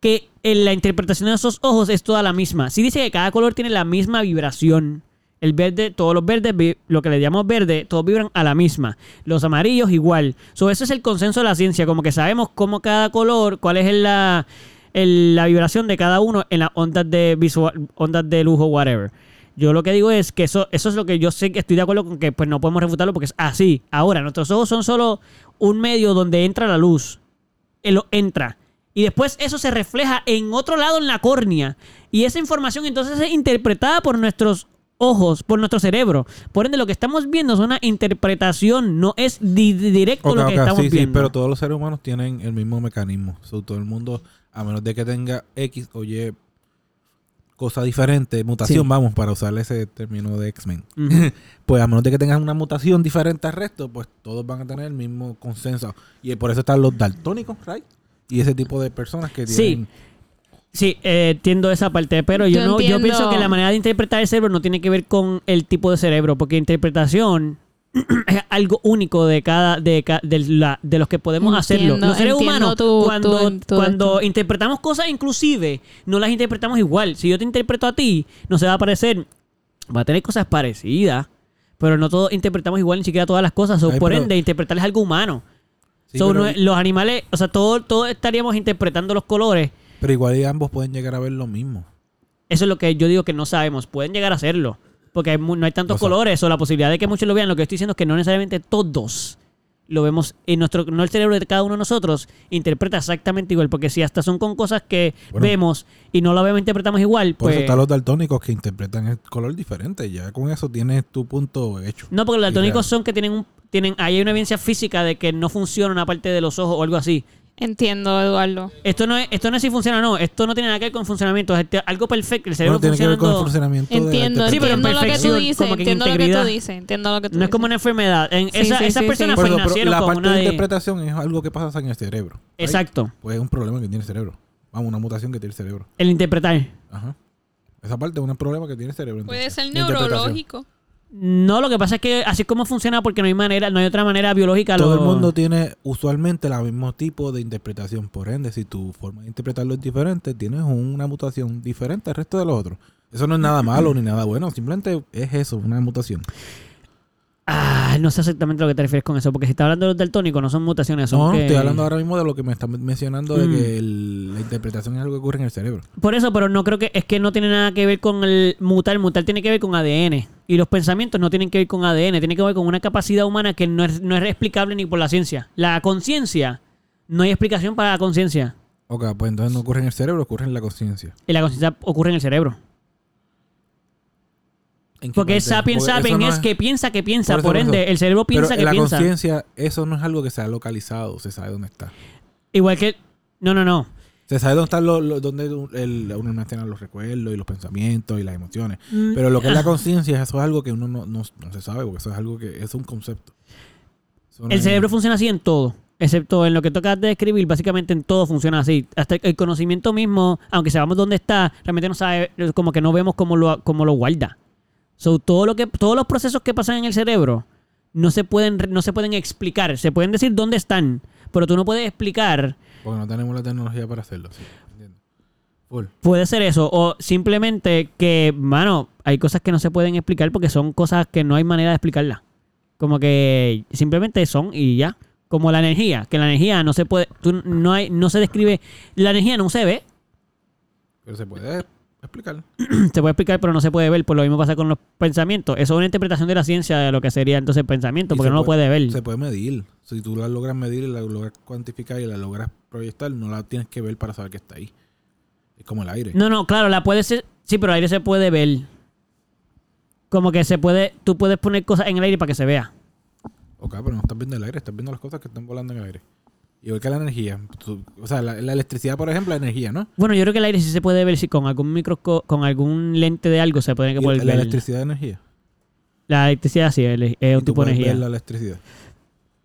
que en la interpretación de esos ojos es toda la misma. Sí dice que cada color tiene la misma vibración. El verde, todos los verdes, vi- lo que le llamamos verde, todos vibran a la misma. Los amarillos igual. So, eso es el consenso de la ciencia, como que sabemos cómo cada color, cuál es la, el- la vibración de cada uno en las ondas de visual, ondas de lujo, whatever. Yo lo que digo es que eso, eso es lo que yo sé que estoy de acuerdo con que pues no podemos refutarlo porque es así. Ahora, nuestros ojos son solo un medio donde entra la luz. él lo entra. Y después eso se refleja en otro lado en la córnea. Y esa información entonces es interpretada por nuestros ojos, por nuestro cerebro. Por ende, lo que estamos viendo es una interpretación, no es di- directo Ok, lo que ok, estamos sí, sí, viendo. pero todos los seres humanos tienen el mismo mecanismo. So, todo el mundo, a menos de que tenga X o Y cosa diferente, mutación, Sí. vamos, para usar ese término de X-Men. Ujú. Pues a menos de que tengas una mutación diferente al resto, pues todos van a tener el mismo consenso. Y por eso están los daltónicos, right? Y ese tipo de personas que Sí. tienen... Sí, eh, entiendo esa parte, pero yo, Yo no, yo entiendo. pienso que la manera de interpretar el cerebro no tiene que ver con el tipo de cerebro, porque interpretación es algo único de cada de, ca- de, la- de los que podemos Entiendo, hacerlo. Los seres entiendo humanos tu- cuando, tu- tu- cuando tu- interpretamos cosas inclusive no las interpretamos igual. Si yo te interpreto a ti, no se va a parecer, va a tener cosas parecidas, pero no todos interpretamos igual ni siquiera todas las cosas. O Ay, por pero- ende interpretar es algo humano. Sí, So, pero, no es- los animales, o sea, todos todo estaríamos interpretando los colores pero igual y ambos pueden llegar a ver lo mismo. eso es lo que yo digo que no sabemos. Pueden llegar a hacerlo. Porque hay mu- no hay tantos O sea- colores o la posibilidad de que muchos lo vean. Lo que estoy diciendo es que no necesariamente todos lo vemos en nuestro. No el cerebro de cada uno de nosotros interpreta exactamente igual. Porque si hasta son con cosas que Bueno. vemos y no lo vemos interpretamos igual, Por pues. eso están los daltónicos que interpretan el color diferente. Ya con eso tienes tu punto hecho. No, porque los Sí, daltónicos claro. son que tienen un. Tienen, ahí hay una evidencia física de que no funciona una parte de los ojos o algo así. Entiendo, Eduardo. Esto no es, esto no es si funciona o no. Esto no tiene nada que ver con funcionamiento. Es este, algo perfecto. El cerebro Bueno, tiene que ver con el funcionando- funcionamiento Entiendo, de la Sí, pero en entiendo lo que tú perfección, dices, como que en entiendo lo que tú integridad. dices, entiendo lo que tú No es como dices. una enfermedad. En Sí, esa- sí, esas sí, personas sí. Por eso, pero nacieron la con parte una de de- interpretación es algo que pasa en el cerebro. ¿right? Exacto. Pues es un problema que tiene el cerebro. Vamos, una mutación que tiene el cerebro. El interpretar. Ajá. Esa parte es un problema que tiene el cerebro. Puede entonces. ser La interpretación. neurológico. No, lo que pasa es que así es como funciona porque no hay manera, no hay otra manera biológica. Todo lo- el mundo tiene usualmente el mismo tipo de interpretación. Por ende, si tu forma de interpretarlo es diferente, tienes una mutación diferente al resto de los otros. Eso no es nada malo ni nada bueno. Simplemente es eso, una mutación. Ah, no sé exactamente a lo que te refieres con eso, porque si está hablando de los daltónicos no son mutaciones, son No, no, que- estoy hablando ahora mismo de lo que me están mencionando, de Mm. que el- la interpretación es algo que ocurre en el cerebro. Por eso, pero no creo que es que no tiene nada que ver con el mutar, mutar tiene que ver con ADN y los pensamientos no tienen que ver con ADN, tiene que ver con una capacidad humana que no es, no es explicable ni por la ciencia. La conciencia, no hay explicación para la conciencia. Ok, pues entonces no ocurre en el cerebro, ocurre en la conciencia. Y la conciencia ocurre en el cerebro. ¿En qué Porque parte? sapiens Porque eso sapiens no es que piensa, que piensa, Por por, eso, por ende, eso. el cerebro Pero piensa que la piensa. conciencia, eso no es algo que se ha localizado, se sabe dónde está. Igual que no, no, no. Se sabe dónde están los, los- dónde el- uno almacena los recuerdos y los pensamientos y las emociones. Mm, Pero lo que es la conciencia, eso es algo que uno no, no- no se sabe, porque eso es algo que es un concepto. Eso no El es- cerebro funciona así en todo, excepto en lo que tocas de describir, básicamente en todo funciona así. Hasta el conocimiento mismo, aunque sabamos dónde está, realmente no sabe, como que no vemos cómo lo, cómo lo guarda. So, todo lo que, todos los procesos que pasan en el cerebro no se pueden, re- no se pueden explicar, se pueden decir dónde están, pero tú no puedes explicar. Porque no tenemos la tecnología para hacerlo. sí, entiendo. Full. Puede ser eso, o simplemente que, mano, hay cosas que no se pueden explicar porque son cosas que no hay manera de explicarlas. Como que simplemente son y ya. Como la energía, que la energía no se puede, tú- no hay, no se describe, la energía no se ve, Pero se puede explicar. se puede explicar pero no se puede ver, por lo mismo pasa con los pensamientos. Eso es una interpretación de la ciencia de lo que sería entonces el pensamiento, Y porque se no lo puede ver. Se puede medir. Si tú la logras medir y la logras cuantificar y la logras proyectar, no la tienes que ver para saber que está ahí. Es como el aire. No, no, claro, la puede ser. Sí, pero el aire se puede ver. Como que se puede, tú puedes poner cosas en el aire para que se vea. Ok, pero no estás viendo el aire, estás viendo las cosas que están volando en el aire. Igual que la energía. Tú- o sea, la, la electricidad, por ejemplo, la energía, ¿no? Bueno, yo creo que el aire sí se puede ver si con algún microsco con algún lente de algo se puede Y poder la ver. electricidad es energía. La electricidad sí es, es Y un tú tipo de puedes ver energía. la electricidad.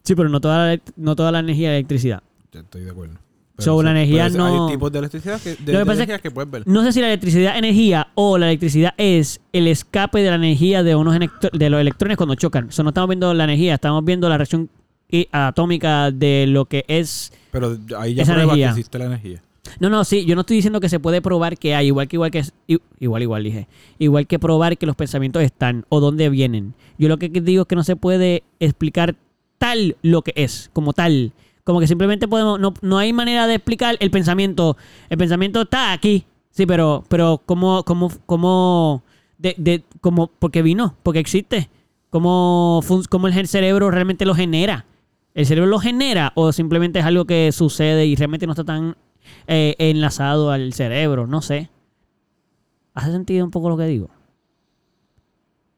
Sí, pero no toda la, elect- no toda la energía es electricidad. Ya estoy de acuerdo. So, la energía ese- no- Hay tipos de electricidad que, de, Lo que de pasa es energía que puedes ver. No sé si la electricidad es energía o la electricidad es el escape de la energía de unos electro- de los electrones cuando chocan. O sea, no estamos viendo la energía, estamos viendo la reacción i- atómica de lo que es Pero ahí ya Esa pruebas energía. que existe la energía. No, no, sí, yo no estoy diciendo que se puede probar que hay, igual que igual que i- igual igual dije, igual que probar que los pensamientos están o dónde vienen. Yo lo que digo es que no se puede explicar tal lo que es, como tal. Como que simplemente podemos no, no hay manera de explicar el pensamiento. El pensamiento está aquí. Sí, pero pero cómo cómo cómo de, de cómo porque vino, porque existe. Cómo fun- cómo el cerebro realmente lo genera. ¿El cerebro lo genera o simplemente es algo que sucede y realmente no está tan eh, enlazado al cerebro? No sé. ¿Hace sentido un poco lo que digo?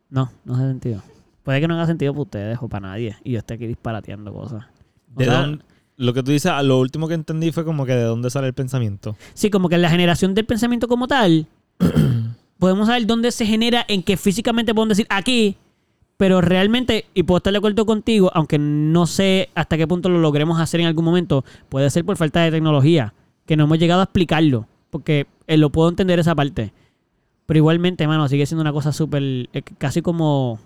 No, no hace sentido. Puede que no haga sentido para ustedes o para nadie y yo esté aquí disparateando cosas. O ¿De sea, dónde- Lo que tú dices, a lo último que entendí fue como que de dónde sale el pensamiento. Sí, como que la generación del pensamiento como tal, podemos saber dónde se genera, en que físicamente podemos decir aquí, pero realmente, y puedo estar de acuerdo contigo, aunque no sé hasta qué punto lo logremos hacer en algún momento, puede ser por falta de tecnología, que no hemos llegado a explicarlo, porque eh, lo puedo entender esa parte. Pero igualmente, mano, sigue siendo una cosa súper, eh, casi como...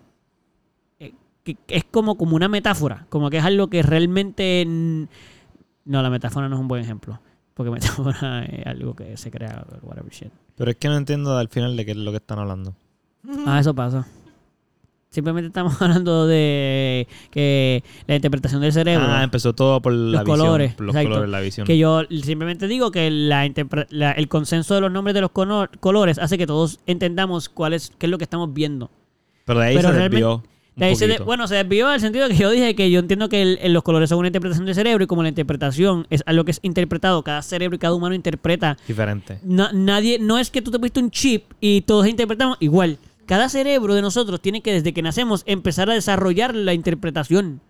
eh, que- que Es como, como una metáfora, como que es algo que realmente... mm, No, la metáfora no es un buen ejemplo. Porque metáfora es algo que se crea, whatever shit. Pero es que no entiendo al final de qué es lo que están hablando. Ah, eso pasa. Simplemente estamos hablando de que la interpretación del cerebro. Ah, empezó todo por la visión. colores, Por los exacto. colores, la visión. que yo simplemente digo que la interpre- la- el consenso de los nombres de los cono- colores hace que todos entendamos cuál es, qué es lo que estamos viendo. pero de ahí pero se realmente- desvió. un De ahí se de- poquito. bueno, se desvió al sentido que yo dije que yo entiendo que el- el- los colores son una interpretación del cerebro y como la interpretación es algo que es interpretado, cada cerebro y cada humano interpreta Diferente. Na- nadie, no es que tú te pusiste un chip y todos interpretamos igual. Cada cerebro de nosotros tiene que desde que nacemos empezar a desarrollar la interpretación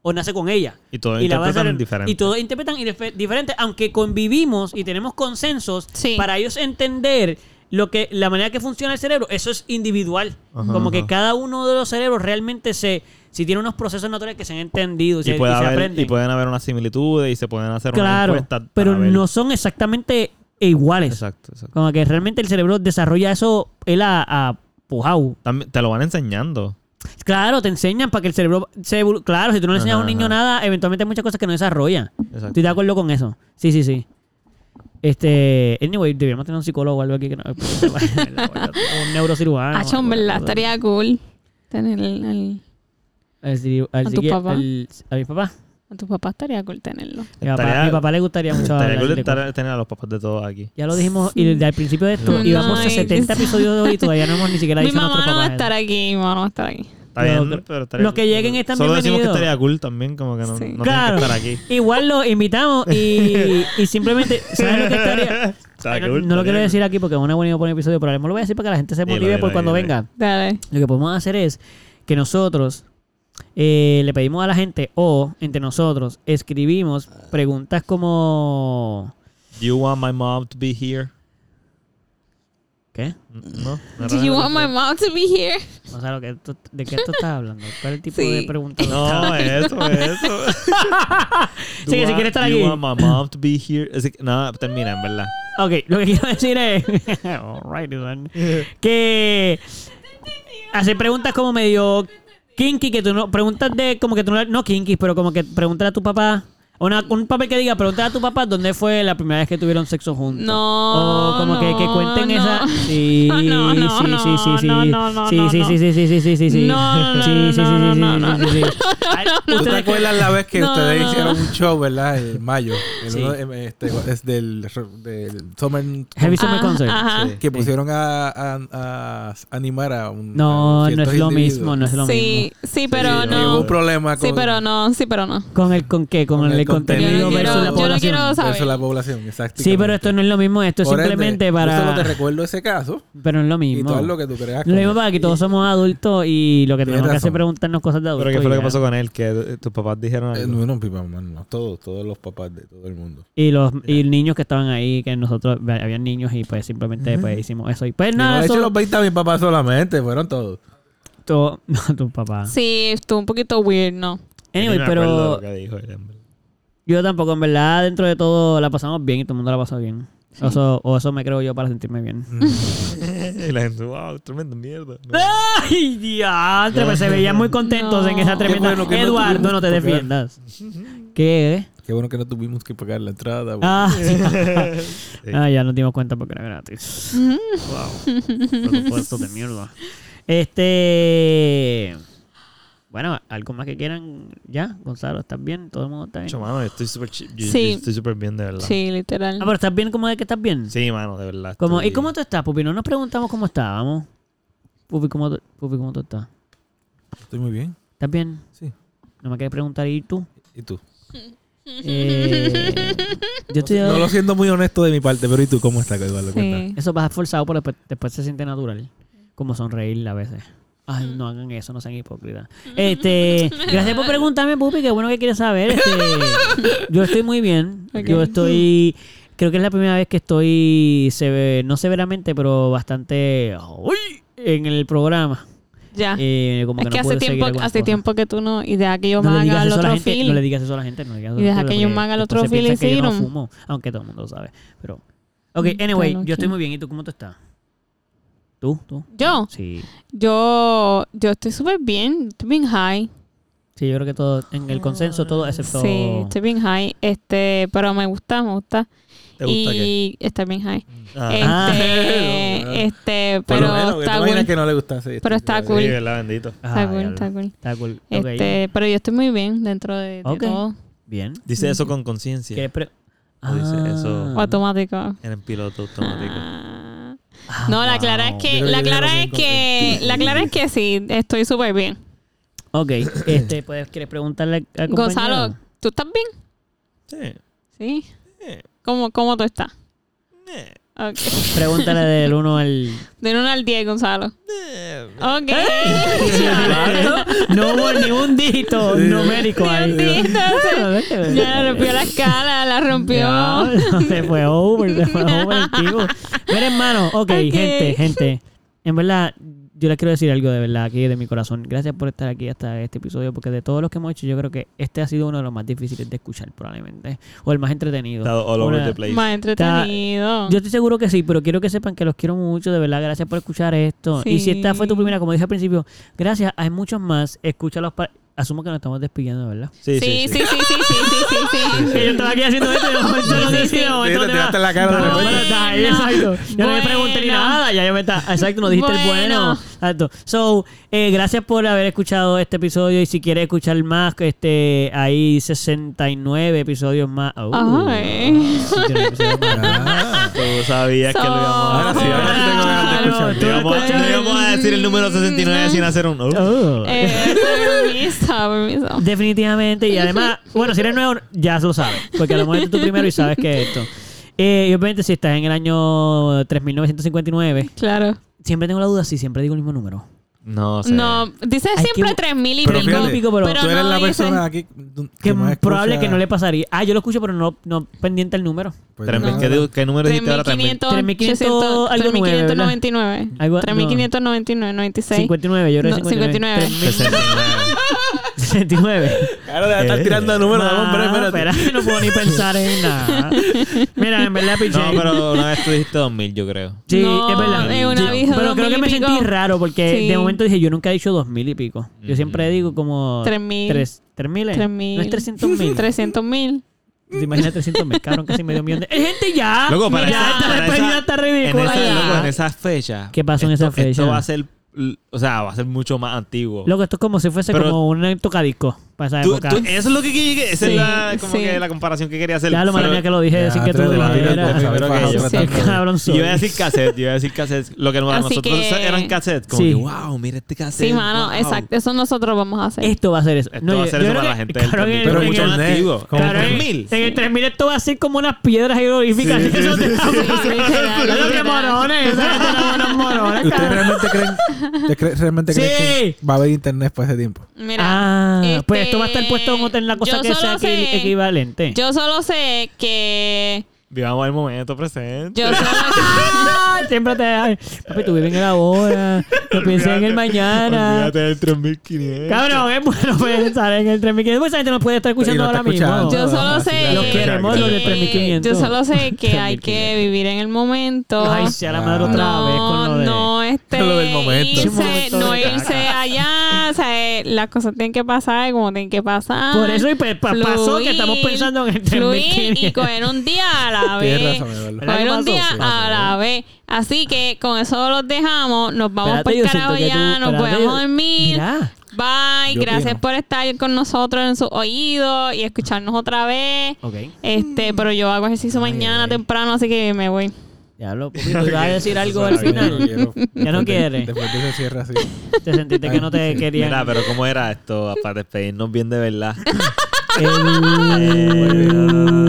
o nace con ella. Y todos la va a interpretan hacer- diferente. Y todos interpretan y dife- diferente, aunque convivimos y tenemos consensos Sí. para ellos entender lo que la manera que funciona el cerebro, eso es individual. Ajá, Como que ajá. cada uno de los cerebros realmente se si tiene unos procesos naturales que se han entendido y, y, se, puede y se haber- aprenden. y pueden haber unas similitudes y se pueden hacer una claro, encuesta. para pero ver. no son exactamente iguales. Exacto, exacto. Como que realmente el cerebro desarrolla eso, él a, a pujau. También te lo van enseñando. Claro, te enseñan para que el cerebro se evolu- Claro, si tú no le enseñas a un Ajá, niño ajá. nada, eventualmente hay muchas cosas que no desarrolla. Exacto. Estoy de acuerdo con eso. Sí, sí, sí. Este, anyway, deberíamos tener un psicólogo o algo aquí que no, un neurocirujano. Hacho, en Ah, verdad, estaría cool tener el- el- El psiqui- el ¿A tu psiqui- papá? el- a mi papá. a tu papá estaría cool tenerlo. Mi papá, Estaría- mi papá le gustaría mucho Estaría hablar cool de estar- cosas. tener a los papás de todos aquí. Ya lo dijimos y desde el principio de esto No, íbamos a no, 70 es- episodios de hoy y todavía no hemos ni siquiera Mi dicho a mamá nuestros no va a papás. estar aquí, mi mamá no va a estar aquí. Está bien, Los- pero estaría- los que lleguen están Solo decimos que bienvenidos. estaría cool también, como que no, Sí. no Claro. tienen que estar aquí. Igual lo invitamos y, y simplemente, ¿sabes lo que estaría? Está No, cool, no lo estaría quiero cool. decir aquí porque es una buena idea por un episodio, pero además lo voy a decir para que la gente se Dilo, motive por dilo, cuando dilo, venga. Dale. Lo que podemos hacer es que nosotros eh, le pedimos a la gente o entre nosotros escribimos preguntas como... Do you want my mom to be here? Mm, ¿Qué? No. no Do you want my mom to be here? O sea, lo que tú- ¿de qué tú estás hablando? ¿Cuál es el tipo Sí. de pregunta? No, eso, eso. Sí, que si want- quiere estar do aquí. You want my mom to be here? Es que- nada, termina, en verdad. Ok, lo que quiero decir es. Alrighty then. Que. Hacer preguntas como medio kinky, que tú no. Preguntas de. Como que tú no. No kinky, pero como que preguntar a tu papá. Una, un papel que diga, preguntar a tu papá dónde fue la primera vez que tuvieron sexo juntos. No, O como que, que no, cuenten no. esa. Sí, No, no, sí, sí, sí, sí. no, no, no, sí, no, sí, no. sí, sí, sí, sí, sí, sí, sí. No, no, no, Sí, sí, no, sí, no, sí, no, sí, no, sí, sí, sí. Ay, ¿Tú te ustedes- acuerdas la vez que No, ustedes no, no. hicieron un show, verdad? En mayo. El Sí. uno de- este, es del, del Summer. Heavy Summer Ah, Concert. Ajá. Sí. Que pusieron a, a- a animar a un. No, no a es ciertos lo individuos. mismo, no es lo mismo. Sí, sí, pero sí, Y hubo no. un problema con. Sí, pero no, sí, pero no. ¿Con el con qué? Con, el, Con el contenido contenido. Yo no versus quiero- la yo no población. quiero saber. Versus la población, exacto. Sí, pero esto no es lo mismo. Esto es Por ende, simplemente Yo solo te para... recuerdo ese caso Pero no es lo y mismo. todo lo No que tú creas. es lo mismo para que todos somos adultos y lo que tenemos Tienes que hacer es razón. preguntarnos cosas de Pero adultos. ¿qué fue lo y que ya. pasó con él? Que eh, tus papás dijeron Eh, algo. No, no, mi mamá, no, todos, todos los papás de todo el mundo. Y los y niños que estaban ahí, que nosotros... Habían niños y pues simplemente pues hicimos eso. Y pues Y no nada, le eso... eché los 20 a mi papá solamente, fueron todos. todo- No, tu papá. Sí, estuvo un poquito weird, no. Anyway, Ni me acuerdo pero lo que dijo él, en verdad. yo tampoco. En verdad, dentro de todo, la pasamos bien y todo el mundo la pasó bien. Eso, o eso me creo yo para sentirme bien. Y la gente, wow, tremenda mierda. No. Ah. ¡Ay, diantre! Pues se veían muy contentos No. en esa Qué tremenda... bueno que no Eduardo, no, tuvimos te que tocar. defiendas. ¿Qué? Qué bueno que no tuvimos que pagar la entrada. güey. Ah, ah, ya nos dimos cuenta porque era gratis. wow. Presupuesto de mierda. Este... Bueno, algo más que quieran ya, Gonzalo, ¿estás bien? ¿Todo el mundo está bien? Yo, mano, estoy súper chi- yo- yo Sí. Estoy súper bien, de verdad. Sí, Ah, literal. pero ¿estás bien como de que estás bien? Sí, mano, de verdad. Como, ¿Y estoy- cómo tú estás, Pupi? No nos preguntamos cómo estábamos. Pupi, ¿cómo, tú- Pupi, ¿cómo tú estás? Estoy muy bien. ¿Estás bien? Sí. No me quieres preguntar, ¿y tú? ¿Y tú? Eh, yo estoy... No lo siento muy honesto de mi parte, pero ¿y tú cómo estás, Eduardo? Cuenta. Sí. Eso pasa forzado, pero después, después se siente natural. Como sonreír a veces. Ay, no hagan eso, no sean hipócritas. Este, gracias por preguntarme, Pupi, qué bueno que quieres saber. Este, yo estoy muy bien. Yo estoy, creo que es la primera vez que estoy, sever- no severamente, pero bastante uy, en el programa. Ya. Eh, como Ah. es que, que no puedo hace seguir tiempo, algunas hace cosas. tiempo que tú no. Y deja que yo No me le, haga digas el eso a la otro gente, no le film. digas eso a la gente. No le digas eso a Y la deja gente que yo porque me haga el después otro se piensa que yo no feeling fumo, aunque todo el mundo lo sabe. Pero, ok, Mm, anyway, claro, yo estoy sí. muy bien. ¿Y tú cómo tú estás? ¿Tú? ¿Tú? Yo, Sí. yo, yo estoy súper bien. Estoy bien high. Sí, yo creo que todo, en el consenso, todo excepto. Ah, Sí, estoy bien high. Este, pero me gusta, me gusta. ¿Te gusta qué? y está bien high. Ah. Este, Ah. este, Por lo pero menos, que está te imaginas cool. que no le gustase. Pero está cool. Sí, verdad, bendito. Está Ah, cool, diablo. está cool. Está cool. Ok. Este, pero yo estoy muy bien dentro de, de Ok. todo. Bien. Dice eso con conciencia. ¿Quieres pre- O dice eso. Ah. Automático. En el piloto automático. Ah. Ah, No, la wow. clara es Yo que, creo la que clara llegaron es que, bien la clara es que sí, estoy súper bien. Ok, este, pues, ¿quieres preguntarle a Gonzalo, ¿tú estás bien? Sí. Sí. Eh, ¿Cómo, cómo tú estás? eh, Ok. Pregúntale del 1 al. De 1 al 10, Gonzalo. eh. Ok. ¡Eh! no hubo ni un dígito numérico ahí. Ni un dígito, Ah, ya la rompió la escala, la rompió. Diablo, se fue over, se fue over el tipo. Mira, hermano, ok, Ok. gente, gente. En verdad, yo les quiero decir algo de verdad aquí de mi corazón. Gracias por estar aquí hasta este episodio, porque de todos los que hemos hecho, yo creo que este ha sido uno de los más difíciles de escuchar, probablemente. O el más entretenido. Está all over Una- the place. Más entretenido. yo estoy seguro que sí, pero quiero que sepan que los quiero mucho, de verdad, gracias por escuchar esto. Y si esta fue tu Sí. primera, como dije al principio, gracias, hay muchos más, escúchalos para... Asumo que nos estamos despidiendo, ¿verdad? Sí, Sí, sí, sí, sí, sí, sí, sí, sí. Que yo estaba aquí haciendo esto y de momento no sé si de momento Sí, te te va- tiraste en la cara de Pero repente. bueno, está ahí, Bueno, exacto. Yo no me pregunté ni bueno. nada, ya yo me está, exacto, no dijiste el bueno. Bueno. Exacto. So, eh, gracias por haber escuchado este episodio y si quieres escuchar más, que este hay 69 episodios más. Oh, Uh. Ay. 69 episodios más. Ah, Tú sabías que lo íbamos a Ahora sí, ahora sí tengo ganas de Claro, escuchar. tú No íbamos, a- no íbamos a decir el número 69 sin hacer un. uh. Oh. Eh, permiso, permiso. Definitivamente. Y además, bueno, si eres nuevo, ya lo sabes. Porque a lo mejor este es tu primero y sabes que es esto. Eh, y obviamente, si estás en el año 3959, Claro. siempre tengo la duda si siempre digo el mismo número. No sé. No, dices Hay que- siempre 3000 y Pero pico. fíjate, Pico, pero- tú eres no la dices- persona aquí Que más probable escucha- que no le pasaría. Ah, yo lo escucho, pero no, no pendiente el número. Pues Tres mil- nada. ¿qué, digo- qué número dijiste ahora? Tres mil. 3500, 3500, algo nueve, ¿verdad? 3599. Algo- 3599, 96. 59, yo creo que No, 59. 69. 69. Claro, de estar Eh. tirando números, Ah, hombre, espérate. espera, no puedo ni pensar en nada. Mira, en verdad, piché. No, pero una vez tú dijiste 2000, yo creo. Sí, No, es verdad. es una Sí, vieja pero dos creo mil que y me pico. sentí raro porque Sí. de momento dije, yo nunca he dicho dos mil y pico. Yo Mm. siempre digo como... Tres mil. Tres, ¿Tres miles? Tres mil. No es trescientos mil. 300 mil. ¿Te imaginas trescientos mil? Cabrón, casi medio millón de... ¡Eh, gente, ya! Loco, para ya, esa, esta para despedida esa- está en ridícula. esa, ya. loco, en esa fecha. ¿Qué pasó en esto- esa fecha? Esto va a ser, l- o sea, va a ser mucho más antiguo. Loco, esto es como si fuese Pero- como un tocadisco para esa Tú- época. tú- eso es lo que quería- esa Sí, es la, como sí. que la comparación que quería hacer. ya lo malo Pero- mía que lo dije Ya, sin que tú tres de lo la mañana, dijeras. primero que Fajo, yo. tratando de- Cabrón, Yo soy. iba a decir cassette, yo iba a decir cassette. Lo que no, Así nosotros que- eran cassettes. Como Sí. que, wow, mira este cassette. Ah, Sí, mano, wow". exacto. Eso nosotros vamos a hacer. Esto va a ser eso. Esto No, va a yo- ser yo eso creo para la que- gente del cabrón, 3000. en- Pero en mucho el- más net, antiguo. como Claro, en, 3000. en el 3000 esto va a ser como unas piedras jeroglíficas. así que eso te Sí, literal, Claro, qué literal. morones. eso es unos- unos morones, ¿Ustedes cabrón. realmente creen, ustedes cre- realmente creen Sí. que va a haber internet para ese tiempo? Mira, Ah, pues este, esto va a estar puesto en otra- en la cosa yo que sea solo equi- sé- equivalente. yo solo sé que. Vivamos el momento presente. Yo solo Ah, Siempre te. ay, Papi, tú vives en el ahora. No pienses en el mañana. Olvídate del 3500. Cabrón, es bueno pensar en el 3500. Pues esa gente nos puede estar escuchando Sí, nos ahora está mismo. escuchando. Yo solo Así sé. que- Los queremos, los de que- 3500. Yo solo sé que hay que vivir en el momento. Ay, sea la madre otra no, vez con lo de. no, este, con lo del momento. irse, Ese momento no de caca. irse allá, o sea, eh, las cosas tienen que pasar como tienen que pasar. Por eso y pues, pa- pasó que fluir, estamos pensando en el fluir 3500. y coger un día a la vez. Tienes razón, Eduardo. ¿Verdad que Coger pasó? un día Sí, pasó. a la vez. Así que con eso los dejamos, nos vamos Espérate, para yo el carajo siento que ya, tú- nos espérate, podemos yo- dormir. Mira. Bye, Yo gracias opino. por estar con nosotros en sus oídos y escucharnos otra vez. Ok. Este, pero yo hago ejercicio mañana temprano, así que me voy. Ya lo Pupi, tú ibas a decir algo al Ahora viene, final. quiero. Ya no quiere. Después de ese cierre así. Te sentiste que no te Sí. querían. Mira, pero ¿cómo era esto para despedirnos bien de verdad? Eh,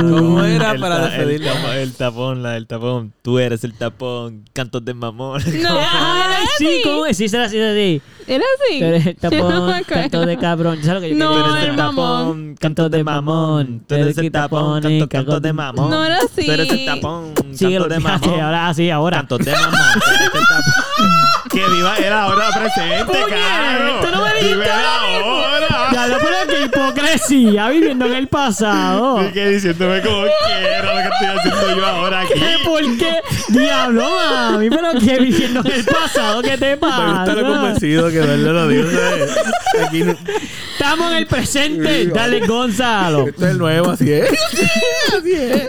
¿Cómo era para el, despedirlo? tapón, el tapón, la del tapón. Tú eres el tapón. Cantos de mamón. No, era Ay, así. sí, ¿cómo es? Sí, será así, será así. Era así. Tú eres el Yo no me tapón, acuerdo. canto de cabrón. ¿Sabes lo que yo No, Tú quiero eres decir? el el tapón. mamón. Cantos de mamón. Tú eres el tapón. Cantos cantos de mamón. No era así. Tú eres el tapón. Sí, Cantos de olvídate, mamón. ahora sí, ahora. Cantos de mamón. Tú eres el tapón. Que viva el ahora presente, caro. tú no me dijiste Viva el ahora. Ya lo pones que hipocresía viviendo en el pasado. Sigue diciéndome como quiero lo que estoy haciendo yo ahora aquí. ¿Qué? ¿Por qué? Diablo, mami, pero que viviendo en el pasado, ¿qué te Me gusta lo pasa? convencido que verlo lo digo. ¿sabes? Aquí no- Estamos en el presente. Dale, Gonzalo. Esto es nuevo, así es.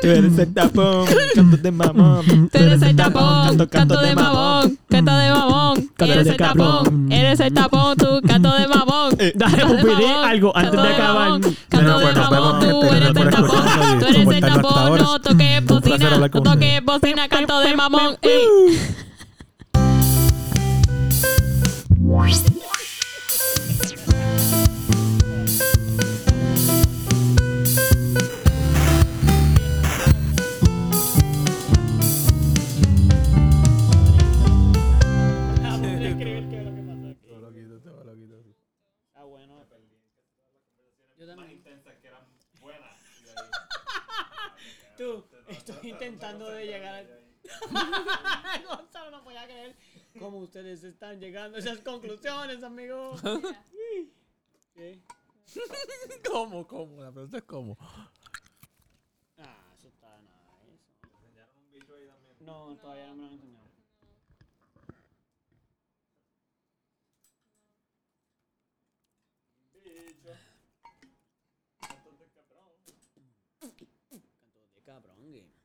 Tú eres el tapón. Cantos de mamón. Tú eres el tapón, Canto, canto, canto de de mamón, canto de mamón, mm. Canto eres de el cabrón. tapón, eres el tapón, tú, canto de mamón. Dale, canto de pide mamón, Eh, algo antes canto de de acabar. mamón, Bueno, Canto de bueno, este, mamón, vemos, tú gente, eres el gracias por escucharnos tapón, y tú eres el soportarnos hasta tapón, ahora. no toques Un placer bocina, hablar no con toques ustedes. bocina, canto de eh. mamón. ey. Tú, estoy intentando de llegar Gonzalo no podía creer cómo ustedes están llegando a esas conclusiones, amigo. ¿Cómo, cómo? La pregunta es cómo. Ah, eso está nada. No, todavía no me lo han enseñado. Canto de cabrón. Canto de cabrón, güey.